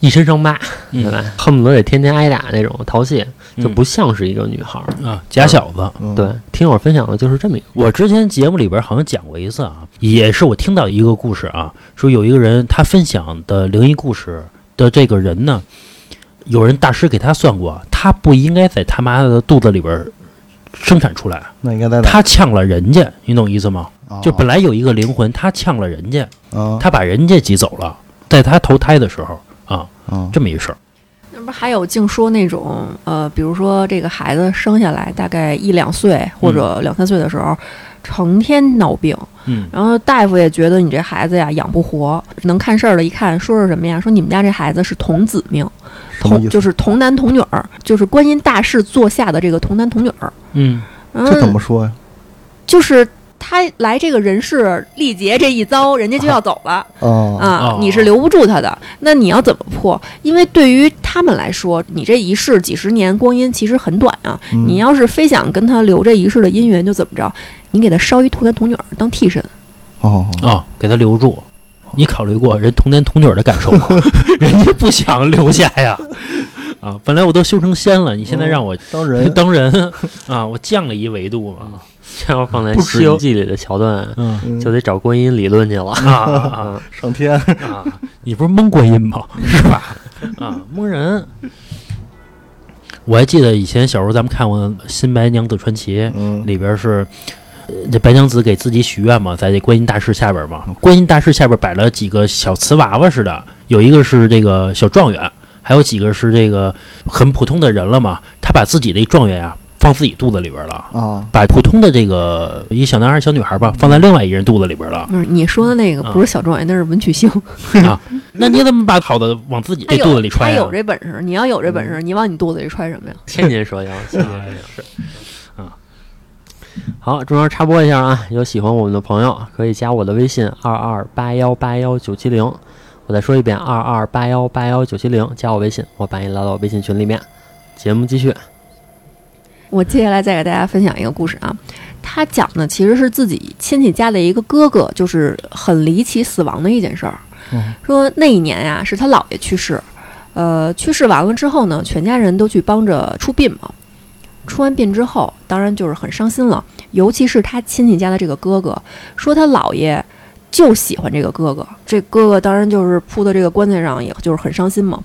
[SPEAKER 1] 一身伤疤，
[SPEAKER 4] 嗯
[SPEAKER 1] 对吧？恨不得得天天挨打那种，淘气，就不像是一个女孩儿。
[SPEAKER 4] 啊假小子。
[SPEAKER 2] 嗯，
[SPEAKER 1] 对，听友分享的就是这么一个。
[SPEAKER 4] 我之前节目里边好像讲过一次啊，也是我听到一个故事啊，说有一个人他分享的灵异故事的这个人呢，有人大师给他算过，他不应该在他妈的肚子里边生产出来，
[SPEAKER 2] 那应该在哪？
[SPEAKER 4] 他呛了人家，你懂意思吗？
[SPEAKER 2] 哦
[SPEAKER 4] 就本来有一个灵魂，他呛了人家，
[SPEAKER 2] 啊，
[SPEAKER 4] 他把人家挤走了，在他投胎的时候啊，
[SPEAKER 2] 嗯
[SPEAKER 4] 这么一事儿。
[SPEAKER 3] 那不是还有净说那种呃，比如说这个孩子生下来大概一两
[SPEAKER 2] 嗯
[SPEAKER 3] 岁或者两三岁的时候，成天闹病，
[SPEAKER 4] 嗯
[SPEAKER 3] 然后大夫也觉得你这孩子呀养不活，能看事儿的一看说是什么呀？说你们家这孩子是童子命，
[SPEAKER 2] 什么
[SPEAKER 3] 童
[SPEAKER 2] 意思？
[SPEAKER 3] 就是童男童女儿，就是观音大士座下的这个童男童女儿。
[SPEAKER 4] 嗯
[SPEAKER 3] 嗯，
[SPEAKER 2] 这怎么说呀？
[SPEAKER 3] 就是他来这个人世历劫这一遭，人家就要走了。
[SPEAKER 2] 啊，
[SPEAKER 3] 啊、
[SPEAKER 4] 哦
[SPEAKER 3] 你是留不住他的。那你要怎么破？因为对于他们来说，你这一世几十年光阴其实很短啊。
[SPEAKER 2] 嗯
[SPEAKER 3] 你要是非想跟他留这一世的姻缘，就怎么着？你给他烧一童男童女儿当替身，
[SPEAKER 2] 哦，哦
[SPEAKER 4] 啊，给他留住。你考虑过人童男童女儿的感受 吗？人家不想留下 呀，啊，本来我都修成仙了，你现在让我
[SPEAKER 2] 当人
[SPEAKER 4] 当人啊，我降了一维度嘛，
[SPEAKER 1] 这要放在
[SPEAKER 2] 不
[SPEAKER 1] 《
[SPEAKER 2] 止
[SPEAKER 1] 西游
[SPEAKER 2] 一
[SPEAKER 1] 记》里的桥段，
[SPEAKER 4] 嗯
[SPEAKER 2] 嗯
[SPEAKER 1] 就得找观音理论去了。
[SPEAKER 4] 啊 啊
[SPEAKER 2] 上天，
[SPEAKER 4] 啊啊，你不是蒙观音吗？是吧？啊，蒙人。我还记得以前小时候咱们看过《新白娘子传奇》，
[SPEAKER 2] 嗯，
[SPEAKER 4] 里边是呃这白娘子给自己许愿嘛，在这观音大士下边嘛，观音大士下边摆了几个小瓷娃娃似的，有一个是这个小状元，还有几个是这个很普通的人了嘛。他把自己的状元啊放自己肚子里边了，
[SPEAKER 2] 啊，
[SPEAKER 4] 把普通的这个一小男孩、小女孩吧放在另外一人肚子里边了。
[SPEAKER 3] 不是你说的那
[SPEAKER 4] 嗯
[SPEAKER 3] 个，不是小状元，那是文曲星。
[SPEAKER 4] 那你怎么把好的往自己 这肚子里
[SPEAKER 3] 他
[SPEAKER 4] 揣嗯呀、
[SPEAKER 3] 有这本事，你要有这本事，你往你肚子里揣什么呀？
[SPEAKER 1] 千年 蛇妖，千年蛇妖是。啊，好，中间插播一下啊，有喜欢我们的朋友可以加我的微信二二八幺八幺九七零，我再说一遍二二八幺八幺九七零，加我微信，我把你拉到微信群里面。节目继续，
[SPEAKER 3] 我接下来再给大家分享一个故事啊，他讲的其实是自己亲戚家的一个哥哥，就是很离奇死亡的一件事儿。
[SPEAKER 2] 嗯
[SPEAKER 3] 说那一年呀、是他姥爷去世，呃，去世完了之后呢，全家人都去帮着出殡嘛。出完殡之后，当然就是很伤心了，尤其是他亲戚家的这个哥哥，说他姥爷就喜欢这个哥哥，这哥哥当然就是扑到这个棺材上，也就是很伤心嘛。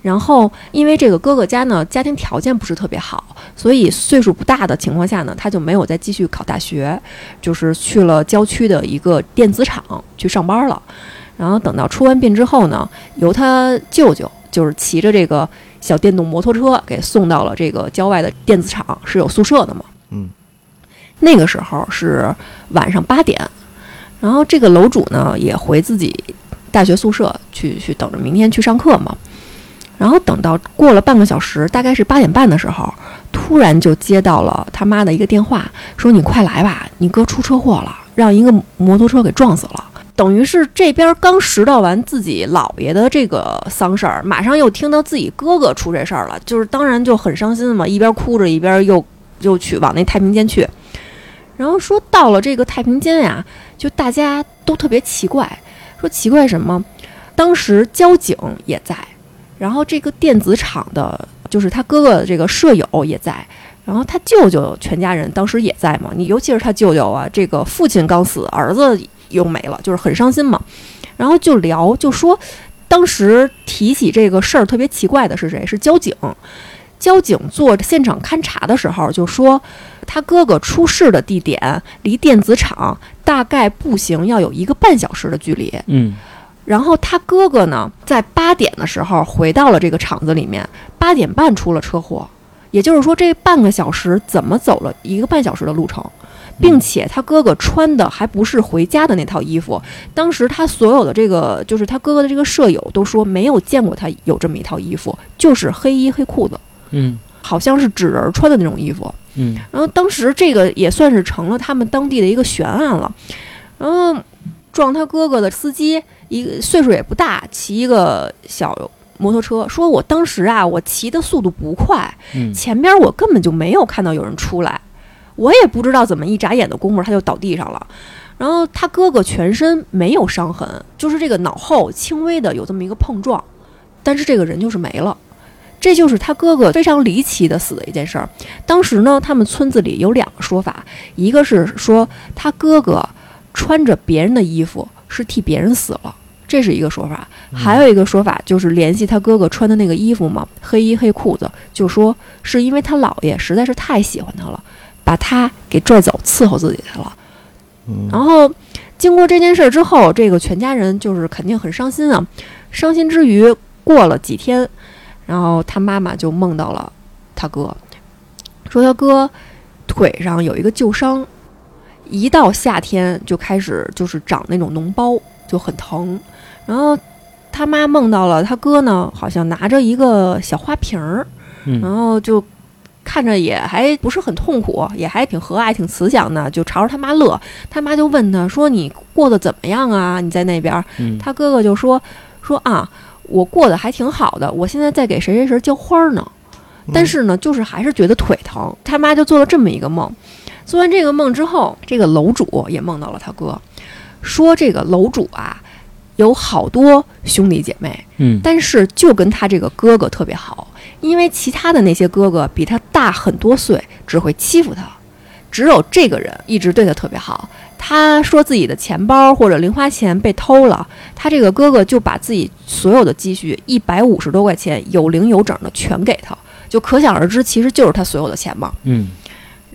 [SPEAKER 3] 然后，因为这个哥哥家呢，家庭条件不是特别好，所以岁数不大的情况下呢，他就没有再继续考大学，就是去了郊区的一个电子厂去上班了。然后等到出完殡之后呢，由他舅舅就是骑着这个小电动摩托车给送到了这个郊外的电子厂，是有宿舍的嘛。
[SPEAKER 2] 嗯。
[SPEAKER 3] 那个时候是晚上八点，然后这个楼主呢也回自己大学宿舍去去等着明天去上课嘛。然后等到过了半个小时，大概是八点半的时候，突然就接到了他妈的一个电话，说你快来吧，你哥出车祸了，让一个摩托车给撞死了。等于是这边刚拾到完自己姥爷的这个丧事儿，马上又听到自己哥哥出这事儿了，就是当然就很伤心嘛，一边哭着一边又又去往那太平间去。然后说到了这个太平间呀，就大家都特别奇怪，说奇怪什么？当时交警也在，然后这个电子厂的，就是他哥哥的这个舍友也在，然后他舅舅全家人当时也在嘛。你尤其是他舅舅啊，这个父亲刚死，儿子又没了，就是很伤心嘛。然后就聊，就说当时提起这个事儿特别奇怪的是谁？是交警。交警做现场勘查的时候就说，他哥哥出事的地点离电子厂大概步行要有一个半小时的距离。
[SPEAKER 4] 嗯，
[SPEAKER 3] 然后他哥哥呢，在八点的时候回到了这个厂子里面，八点半出了车祸，也就是说这半个小时怎么走了一个半小时的路程，并且他哥哥穿的还不是回家的那套衣服，当时他所有的这个就是他哥哥的这个舍友都说没有见过他有这么一套衣服，就是黑衣黑裤子，
[SPEAKER 4] 嗯
[SPEAKER 3] 好像是纸人穿的那种衣服，
[SPEAKER 4] 嗯
[SPEAKER 3] 然后当时这个也算是成了他们当地的一个悬案了。然后撞他哥哥的司机，一个岁数也不大，骑一个小摩托车，说我当时啊，我骑的速度不快，
[SPEAKER 4] 嗯
[SPEAKER 3] 前边我根本就没有看到有人出来，我也不知道怎么一眨眼的功夫他就倒地上了。然后他哥哥全身没有伤痕，就是这个脑后轻微的有这么一个碰撞，但是这个人就是没了。这就是他哥哥非常离奇的死的一件事儿。当时呢，他们村子里有两个说法，一个是说他哥哥穿着别人的衣服是替别人死了，这是一个说法；还有一个说法就是联系他哥哥穿的那个衣服嘛，黑衣黑裤子，就说是因为他姥爷实在是太喜欢他了，把他给拽走伺候自己去了。
[SPEAKER 2] 嗯
[SPEAKER 3] 然后经过这件事儿之后，这个全家人就是肯定很伤心啊。伤心之余，过了几天，然后他妈妈就梦到了他哥，说他哥腿上有一个旧伤，一到夏天就开始就是长那种脓包，就很疼。然后他妈梦到了他哥呢，好像拿着一个小花瓶儿，然
[SPEAKER 4] 嗯
[SPEAKER 3] 后就看着也还不是很痛苦，也还挺和蔼、挺慈祥的，就朝着他妈乐。他妈就问他说：“你过得怎么样啊？你在那边儿？”
[SPEAKER 4] 嗯，
[SPEAKER 3] 他哥哥就说：“说啊，我过得还挺好的，我现在在给谁谁谁浇花呢。”
[SPEAKER 4] 嗯
[SPEAKER 3] 但是呢，就是还是觉得腿疼。他妈就做了这么一个梦，做完这个梦之后，这个楼主也梦到了他哥，说这个楼主啊有好多兄弟姐妹，
[SPEAKER 4] 嗯
[SPEAKER 3] 但是就跟他这个哥哥特别好，因为其他的那些哥哥比他大很多岁，只会欺负他，只有这个人一直对他特别好。他说自己的钱包或者零花钱被偷了，他这个哥哥就把自己所有的积蓄一百五十多块钱有零有整的全给他，就可想而知，其实就是他所有的钱嘛。
[SPEAKER 4] 嗯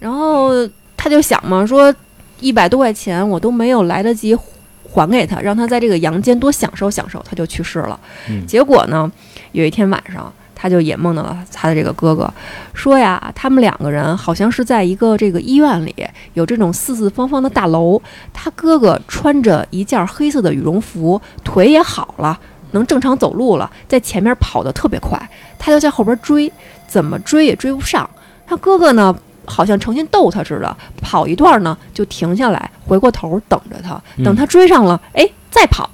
[SPEAKER 3] 然后他就想嘛，说一百多块钱我都没有来得及还给他，让他在这个阳间多享受享受，他就去世了。
[SPEAKER 4] 嗯
[SPEAKER 3] 结果呢，有一天晚上，他就也梦到了他的这个哥哥，说呀，他们两个人好像是在一个这个医院里，有这种四四方方的大楼，他哥哥穿着一件黑色的羽绒服，腿也好了。能正常走路了，在前面跑得特别快，他就在后边追，怎么追也追不上。他哥哥呢，好像成心逗他似的，跑一段呢就停下来，回过头等着他，
[SPEAKER 4] 嗯
[SPEAKER 3] 等他追上了，哎，再跑，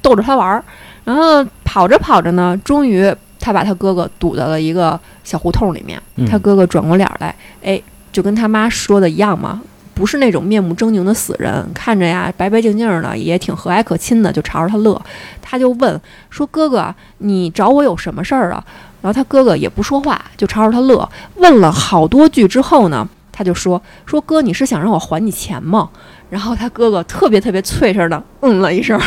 [SPEAKER 3] 逗着他玩儿。然后跑着跑着呢，终于他把他哥哥堵到了一个小胡同里面。
[SPEAKER 4] 嗯
[SPEAKER 3] 他哥哥转过脸来，哎，就跟他妈说的一样嘛，不是那种面目狰狞的死人，看着呀白白净净的，也挺和蔼可亲的，就朝着他乐。他就问说：“哥哥，你找我有什么事儿啊？”然后他哥哥也不说话，就朝着他乐。问了好多句之后呢，他就说：“说哥，你是想让我还你钱吗？”然后他哥哥特别特别脆声的嗯了一声，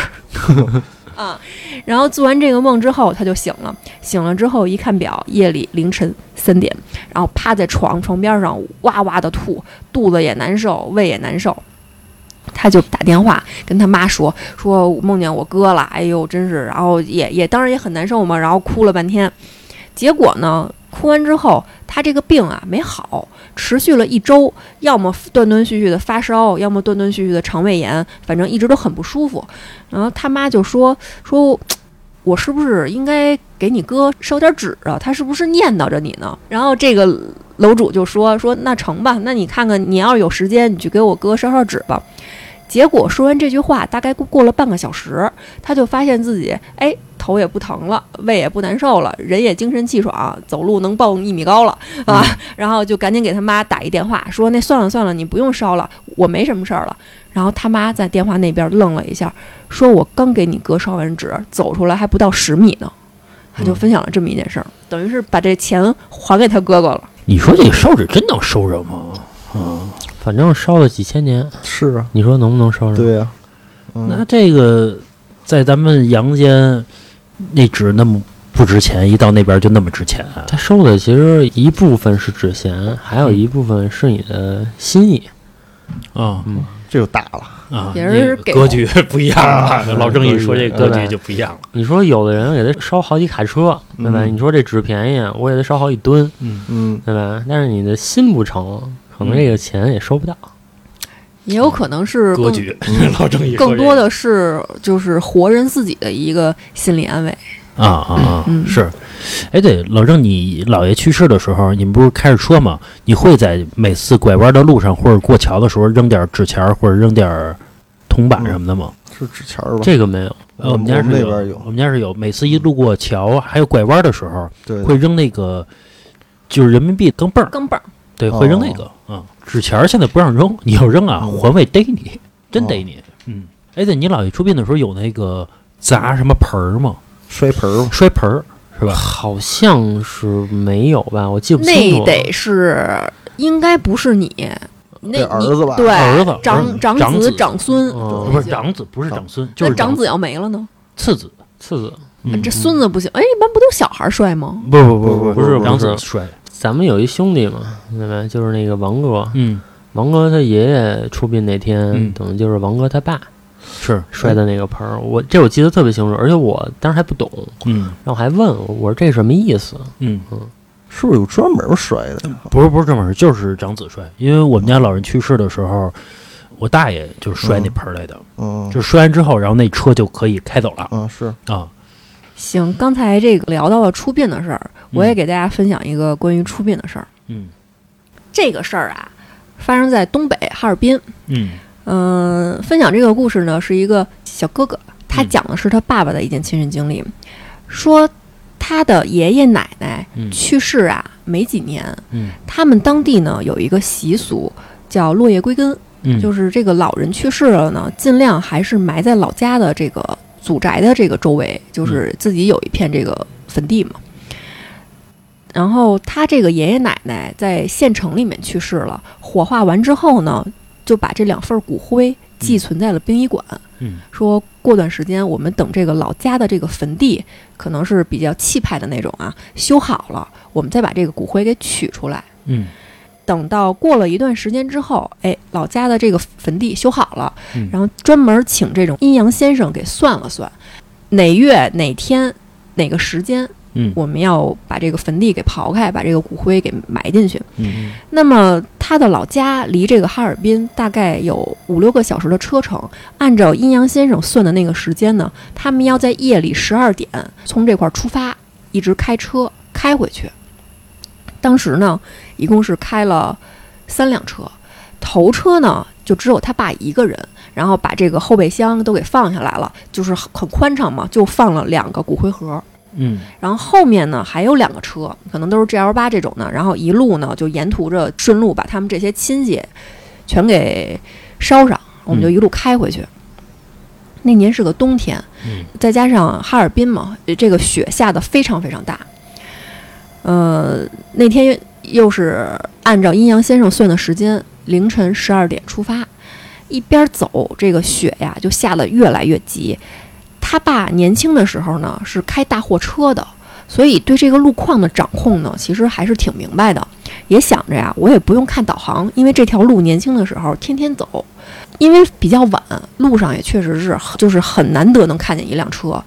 [SPEAKER 3] 啊，然后做完这个梦之后，他就醒了。醒了之后一看表，夜里凌晨三点，然后趴在床床边上哇哇的吐，肚子也难受，胃也难受。他就打电话跟他妈说，说我梦见我哥了，哎呦，真是，然后也也当然也很难受嘛，然后哭了半天。结果呢，哭完之后，他这个病啊没好，持续了一周，要么断断续续的发烧，要么断断续续的肠胃炎，反正一直都很不舒服。然后他妈就说说。我是不是应该给你哥烧点纸啊？他是不是念叨着你呢？然后这个楼主就说说那成吧，那你看看，你要是有时间，你去给我哥烧烧纸吧。结果说完这句话，大概过了半个小时，他就发现自己哎头也不疼了，胃也不难受了，人也精神气爽，走路能蹦一米高了啊！然后就赶紧给他妈打一电话，说那算了算了，你不用烧了，我没什么事儿了。然后他妈在电话那边愣了一下，说：“我刚给你哥烧完纸，走出来还不到十米呢。”他
[SPEAKER 4] 嗯
[SPEAKER 3] 就分享了这么一件事儿，等于是把这钱还给他哥哥了。
[SPEAKER 4] 你说这个烧纸真能收着吗？嗯，
[SPEAKER 1] 反正烧了几千年，
[SPEAKER 2] 是啊，
[SPEAKER 1] 你说能不能烧着？
[SPEAKER 2] 对呀、嗯
[SPEAKER 4] 那这个在咱们阳间，那纸那么不值钱，一到那边就那么值钱啊、
[SPEAKER 1] 他收的其实一部分是纸钱，还有一部分是你的心意。
[SPEAKER 4] 啊
[SPEAKER 2] 这就大了，
[SPEAKER 4] 啊！
[SPEAKER 3] 也是给
[SPEAKER 4] 格局不一样了。老郑一说这
[SPEAKER 1] 格
[SPEAKER 4] 啊格
[SPEAKER 1] 局
[SPEAKER 4] 局就不一样了。
[SPEAKER 1] 你说有的人给他烧好几卡车，对吧？
[SPEAKER 2] 嗯
[SPEAKER 1] 你说这纸便宜，我给他烧好几吨，
[SPEAKER 4] 嗯，
[SPEAKER 2] 嗯，
[SPEAKER 1] 对吧？但是你的心不成，可能这个钱也收不到。
[SPEAKER 3] 也有可能是
[SPEAKER 4] 格
[SPEAKER 3] 更
[SPEAKER 4] 局，老郑一说
[SPEAKER 3] 更多的是就是活人自己的一个心理安慰。
[SPEAKER 4] 啊啊啊，
[SPEAKER 3] 嗯
[SPEAKER 4] 是。哎，对，老郑，你姥爷去世的时候，你们不是开着车吗？你会在每次拐弯的路上或者过桥的时候扔点纸钱儿或者扔点儿铜板什么的吗？
[SPEAKER 2] 是纸钱儿吧？
[SPEAKER 1] 这个没有，
[SPEAKER 4] 呃，
[SPEAKER 2] 我
[SPEAKER 4] 们
[SPEAKER 2] 我
[SPEAKER 4] 家是
[SPEAKER 2] 们那边有
[SPEAKER 4] 我们家是有。每次一路过桥还有拐弯的时候，
[SPEAKER 2] 对，
[SPEAKER 4] 会扔那个就是人民币钢镚儿，
[SPEAKER 3] 钢镚儿，
[SPEAKER 4] 对，会扔那个啊、嗯纸钱儿现在不让扔，你要扔啊，
[SPEAKER 2] 嗯
[SPEAKER 4] 环卫逮你，真逮你。嗯，哎，对，你姥爷出殡的时候有那个砸什么盆儿吗？
[SPEAKER 2] 摔盆儿吧，
[SPEAKER 4] 摔盆儿是吧？
[SPEAKER 1] 好像是没有吧？我记不清楚
[SPEAKER 3] 那
[SPEAKER 1] 了。
[SPEAKER 3] 得是应该不是你，那
[SPEAKER 2] 给
[SPEAKER 3] 你
[SPEAKER 2] 儿子吧
[SPEAKER 3] 对
[SPEAKER 4] 儿子儿子
[SPEAKER 3] 长
[SPEAKER 4] 长
[SPEAKER 3] 子
[SPEAKER 4] 子
[SPEAKER 3] 长孙，
[SPEAKER 1] 哦
[SPEAKER 4] 不是长子，不是长孙，就
[SPEAKER 3] 哦那
[SPEAKER 4] 是
[SPEAKER 3] 长子要没了呢？
[SPEAKER 4] 次子。
[SPEAKER 1] 次子，
[SPEAKER 4] 嗯
[SPEAKER 3] 这孙子不行，哎，一般不都小孩摔吗？
[SPEAKER 1] 不不
[SPEAKER 2] 不
[SPEAKER 1] 不是
[SPEAKER 4] 长
[SPEAKER 1] 不
[SPEAKER 4] 子
[SPEAKER 1] 是，
[SPEAKER 4] 摔，
[SPEAKER 1] 咱们有一兄弟嘛，对吧？就是那个王哥，
[SPEAKER 4] 嗯，
[SPEAKER 1] 王哥他爷爷出殡那天，
[SPEAKER 4] 嗯
[SPEAKER 1] 等于就是王哥他爸
[SPEAKER 4] 是，
[SPEAKER 1] 摔的那个盆儿，我这我记得特别清楚，而且我当时还不懂，
[SPEAKER 4] 嗯
[SPEAKER 1] 然后还问我，我说这什么意思？
[SPEAKER 4] 嗯，
[SPEAKER 2] 是不是有专门摔的？
[SPEAKER 4] 不是不是这么回事，就是长子摔，因为我们家老人去世的时候，我大爷就是摔那盆儿来的，
[SPEAKER 2] 嗯，
[SPEAKER 4] 就是摔完之后，然后那车就可以开走了
[SPEAKER 2] 嗯是，
[SPEAKER 4] 啊，
[SPEAKER 3] 行，刚才这个聊到了出殡的事儿，我也给大家分享一个关于出殡的事儿。
[SPEAKER 4] 嗯
[SPEAKER 3] 这个事儿啊，发生在东北哈尔滨。
[SPEAKER 4] 嗯
[SPEAKER 3] 嗯、分享这个故事呢，是一个小哥哥，他
[SPEAKER 4] 嗯
[SPEAKER 3] 讲的是他爸爸的一件亲身经历，说他的爷爷奶奶
[SPEAKER 4] 嗯
[SPEAKER 3] 去世啊没几年，
[SPEAKER 4] 嗯
[SPEAKER 3] 他们当地呢有一个习俗叫落叶归根，
[SPEAKER 4] 嗯，
[SPEAKER 3] 就是这个老人去世了呢，尽量还是埋在老家的这个祖宅的这个周围，
[SPEAKER 4] 嗯
[SPEAKER 3] 就是自己有一片这个坟地嘛。然后他这个爷爷奶奶在县城里面去世了，火化完之后呢，就把这两份骨灰寄存在了殡仪馆。
[SPEAKER 4] 嗯
[SPEAKER 3] 说过段时间我们等这个老家的这个坟地，可能是比较气派的那种啊，修好了，我们再把这个骨灰给取出来。
[SPEAKER 4] 嗯
[SPEAKER 3] 等到过了一段时间之后，哎，老家的这个坟地修好了，
[SPEAKER 4] 嗯
[SPEAKER 3] 然后专门请这种阴阳先生给算了算，哪月哪天哪个时间，
[SPEAKER 4] 嗯
[SPEAKER 3] 我们要把这个坟地给刨开，把这个骨灰给埋进去。
[SPEAKER 4] 嗯
[SPEAKER 3] 那么他的老家离这个哈尔滨大概有五六个小时的车程。按照阴阳先生算的那个时间呢，他们要在夜里十二点从这块儿出发，一直开车开回去。当时呢，一共是开了三辆车，头车呢就只有他爸一个人，然后把这个后备箱都给放下来了，就是很很宽敞嘛，就放了两个骨灰盒。
[SPEAKER 4] 嗯
[SPEAKER 3] 然后后面呢还有两个车，可能都是 G L 八这种的，然后一路呢就沿途着顺路把他们这些亲戚全给捎上，我们就一路开回去。那年是个冬天，
[SPEAKER 4] 嗯
[SPEAKER 3] 再加上哈尔滨嘛，这个雪下的非常非常大。呃，那天又是按照阴阳先生算的时间，凌晨十二点出发，一边走，这个雪呀就下得越来越急。他爸年轻的时候呢是开大货车的，所以对这个路况的掌控呢，其实还是挺明白的。也想着呀，我也不用看导航，因为这条路年轻的时候天天走，因为比较晚，路上也确实是很就是很难得能看见一辆车。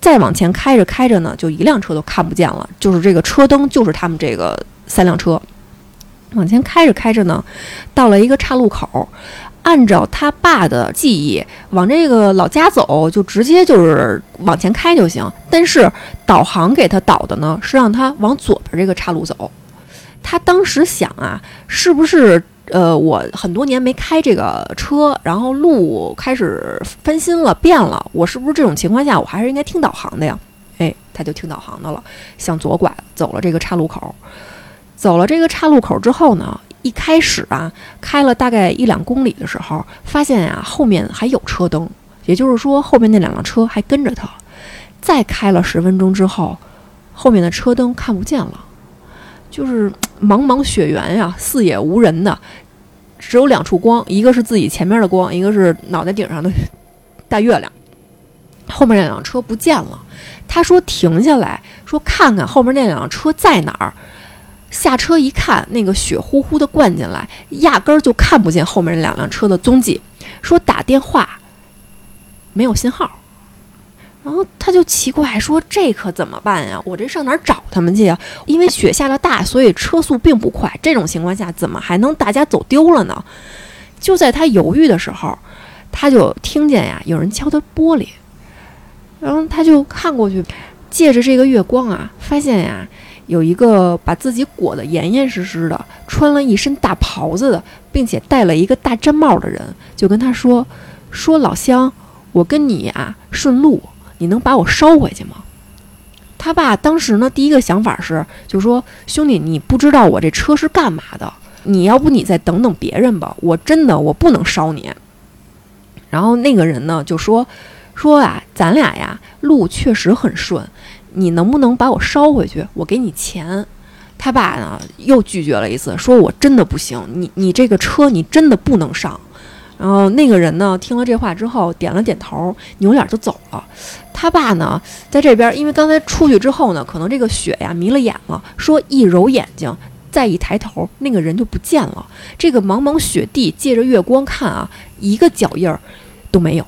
[SPEAKER 3] 再往前开着开着呢，就一辆车都看不见了，就是这个车灯就是他们这个三辆车，往前开着开着呢，到了一个岔路口。按照他爸的记忆，往这个老家走，就直接就是往前开就行。但是导航给他导的呢，是让他往左边这个岔路走。他当时想啊，是不是呃，我很多年没开这个车，然后路开始翻新了，变了，我是不是这种情况下，我还是应该听导航的呀？哎，他就听导航的了，向左拐，走了这个岔路口。走了这个岔路口之后呢，一开始啊，开了大概一两公里的时候，发现啊后面还有车灯，也就是说后面那两辆车还跟着他。再开了十分钟之后，后面的车灯看不见了，就是茫茫雪原呀、四野无人的，只有两处光，一个是自己前面的光，一个是脑袋顶上的大月亮。后面那辆车不见了，他说停下来说看看后面那辆车在哪儿。下车一看，那个雪呼呼的灌进来，压根儿就看不见后面那两辆车的踪迹。说打电话没有信号，然后他就奇怪说：“这可怎么办呀？我这上哪儿找他们去呀？因为雪下的大，所以车速并不快。这种情况下，怎么还能大家走丢了呢？”就在他犹豫的时候，他就听见呀有人敲他玻璃，然后他就看过去，借着这个月光啊，发现呀有一个把自己裹得严严实实的，穿了一身大袍子的，并且戴了一个大毡帽的人，就跟他说：“说老乡，我跟你啊顺路，你能把我捎回去吗？”他爸当时呢，第一个想法是，就说：“兄弟，你不知道我这车是干嘛的，你要不你再等等别人吧，我真的我不能捎你。”然后那个人呢就说：“说啊，咱俩呀路确实很顺，你能不能把我捎回去？我给你钱。他爸呢又拒绝了一次，说我真的不行，你你这个车你真的不能上。然后那个人呢听了这话之后点了点头，扭脸就走了。他爸呢在这边，因为刚才出去之后呢，可能这个雪呀迷了眼了，说一揉眼睛，再一抬头，那个人就不见了。这个茫茫雪地，借着月光看啊，一个脚印儿都没有。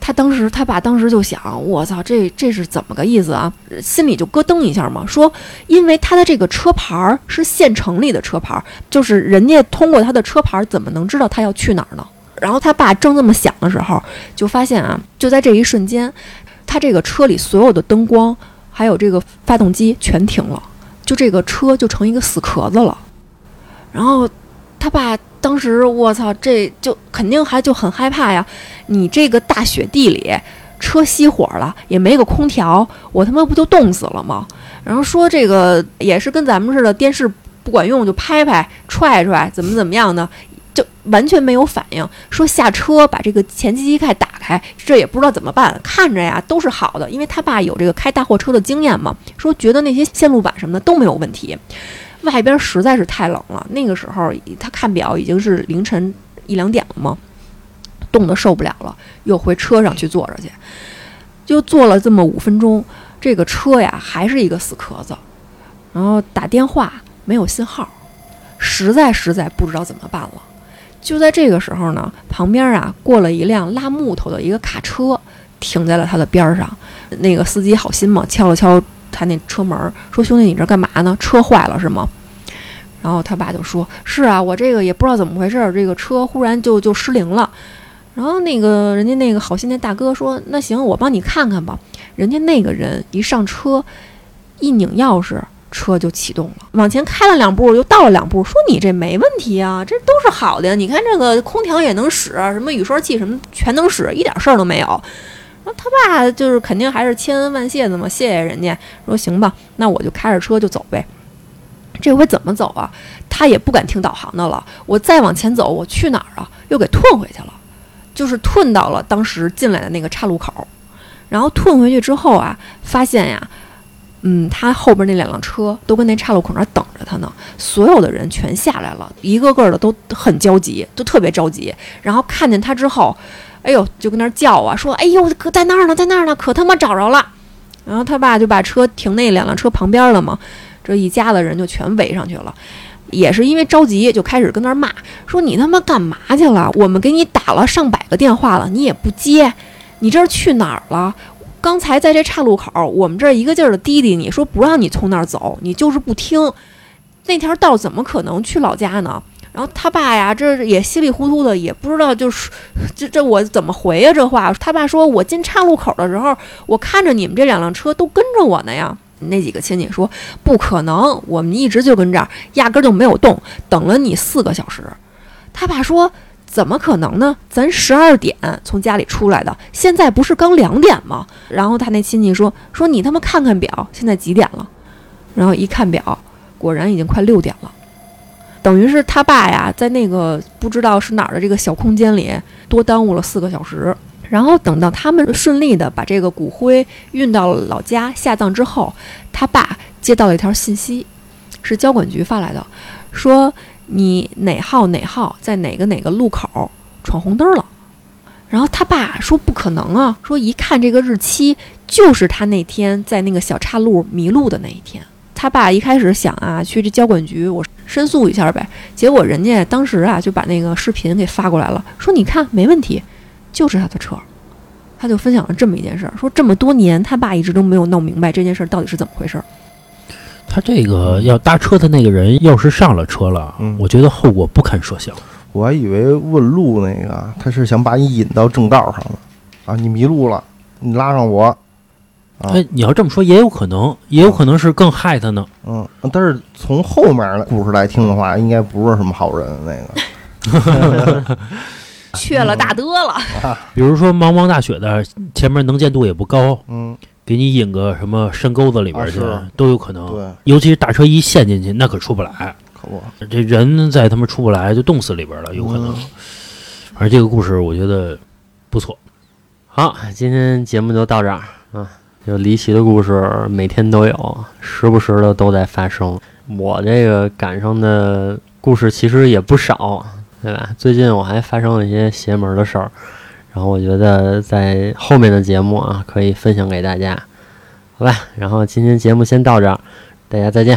[SPEAKER 3] 他当时，他爸当时就想，我操，这这是怎么个意思啊？心里就咯噔一下嘛，说，因为他的这个车牌儿是县城里的车牌儿，就是人家通过他的车牌儿怎么能知道他要去哪儿呢？然后他爸正这么想的时候，就发现啊，就在这一瞬间，他这个车里所有的灯光还有这个发动机全停了，就这个车就成一个死壳子了。然后他爸当时，我操，这就肯定还就很害怕呀，你这个大雪地里，车熄火了，也没个空调，我他妈不就冻死了吗？然后说这个也是跟咱们似的，电视不管用就拍拍、踹踹，怎么怎么样的，就完全没有反应。说下车把这个前机盖打开，这也不知道怎么办，看着呀都是好的，因为他爸有这个开大货车的经验嘛，说觉得那些线路板什么的都没有问题。外边实在是太冷了，那个时候他看表已经是凌晨一两点了嘛，冻得受不了了，又回车上去坐着去，就坐了这么五分钟，这个车呀还是一个死壳子，然后打电话没有信号，实在实在不知道怎么办了。就在这个时候呢，旁边啊过了一辆拉木头的一个卡车，停在了他的边儿上。那个司机好心嘛，敲了敲他那车门儿，说：“兄弟，你这干嘛呢？车坏了是吗？”然后他爸就说：“是啊，我这个也不知道怎么回事儿，这个车忽然就就失灵了。”然后那个人家那个好心那大哥说：“那行，我帮你看看吧。”人家那个人一上车，一拧钥匙，车就启动了，往前开了两步，又倒了两步，说：“你这没问题啊，这都是好的呀。你看这个空调也能使，什么雨刷器什么全能使，一点事儿都没有。”然后他爸就是肯定还是千恩万谢的嘛，谢谢人家，说行吧，那我就开着车就走呗。这回怎么走啊？他也不敢听导航的了。我再往前走，我去哪儿啊？又给退回去了，就是退到了当时进来的那个岔路口。然后退回去之后啊，发现呀，嗯，他后边那两辆车都跟那岔路口那儿等着他呢。所有的人全下来了，一个个的都很焦急，都特别着急。然后看见他之后，哎呦，就跟那儿叫啊，说哎呦，可在那儿呢，在那儿呢，可他妈找着了。然后他爸就把车停那两辆车旁边了嘛，这一家子人就全围上去了。也是因为着急，就开始跟那儿骂，说你他妈干嘛去了？我们给你打了上百个电话了，你也不接，你这是去哪儿了？刚才在这岔路口，我们这儿一个劲儿的滴滴你，说不让你从那儿走，你就是不听。那条道怎么可能去老家呢？然后他爸呀，这也稀里糊涂的，也不知道就是这这我怎么回呀、这话，他爸说我进岔路口的时候，我看着你们这两辆车都跟着我呢呀。那几个亲戚说不可能，我们一直就跟这儿，压根儿就没有动，等了你四个小时。他爸说怎么可能呢？咱十二点从家里出来的，现在不是刚两点吗？然后他那亲戚说说你他妈看看表，现在几点了？然后一看表，果然已经快六点了。等于是他爸呀，在那个不知道是哪儿的这个小空间里，多耽误了四个小时。然后等到他们顺利的把这个骨灰运到老家下葬之后，他爸接到了一条信息，是交管局发来的，说你哪号哪号在哪个哪个路口闯红灯了。然后他爸说不可能啊，说一看这个日期，就是他那天在那个小岔路迷路的那一天。他爸一开始想啊，去这交管局我申诉一下呗，结果人家当时啊就把那个视频给发过来了，说你看没问题，就是他的车。他就分享了这么一件事儿，说这么多年他爸一直都没有弄明白这件事儿到底是怎么回事儿。
[SPEAKER 4] 他这个要搭车的那个人要是上了车了，
[SPEAKER 2] 嗯
[SPEAKER 4] 我觉得后果不堪设想。
[SPEAKER 2] 我还以为问路那个啊他是想把你引到正道上了啊，你迷路了，你拉上我，啊
[SPEAKER 4] 哎，你要这么说，也有可能，也有可能是更害他呢。
[SPEAKER 2] 嗯，但是从后面的故事来听的话，应该不是什么好人那个。
[SPEAKER 3] 缺了大德了，
[SPEAKER 4] 比如说茫茫大雪的，前面能见度也不高，
[SPEAKER 2] 嗯，
[SPEAKER 4] 给你引个什么山沟子里边去，
[SPEAKER 2] 啊是
[SPEAKER 4] 都有可能。
[SPEAKER 2] 对，
[SPEAKER 4] 尤其是大车一陷进去，那可出不来，
[SPEAKER 2] 可不，
[SPEAKER 4] 这人在他妈出不来就冻死里边了，有可能。
[SPEAKER 2] 嗯
[SPEAKER 4] 反正这个故事我觉得不错。
[SPEAKER 1] 好，今天节目就到这儿啊。就离奇的故事每天都有，时不时的都在发生。我这个赶上的故事其实也不少，对吧？最近我还发生了一些邪门的事儿，然后我觉得在后面的节目啊可以分享给大家，好吧？然后今天节目先到这儿，大家再见，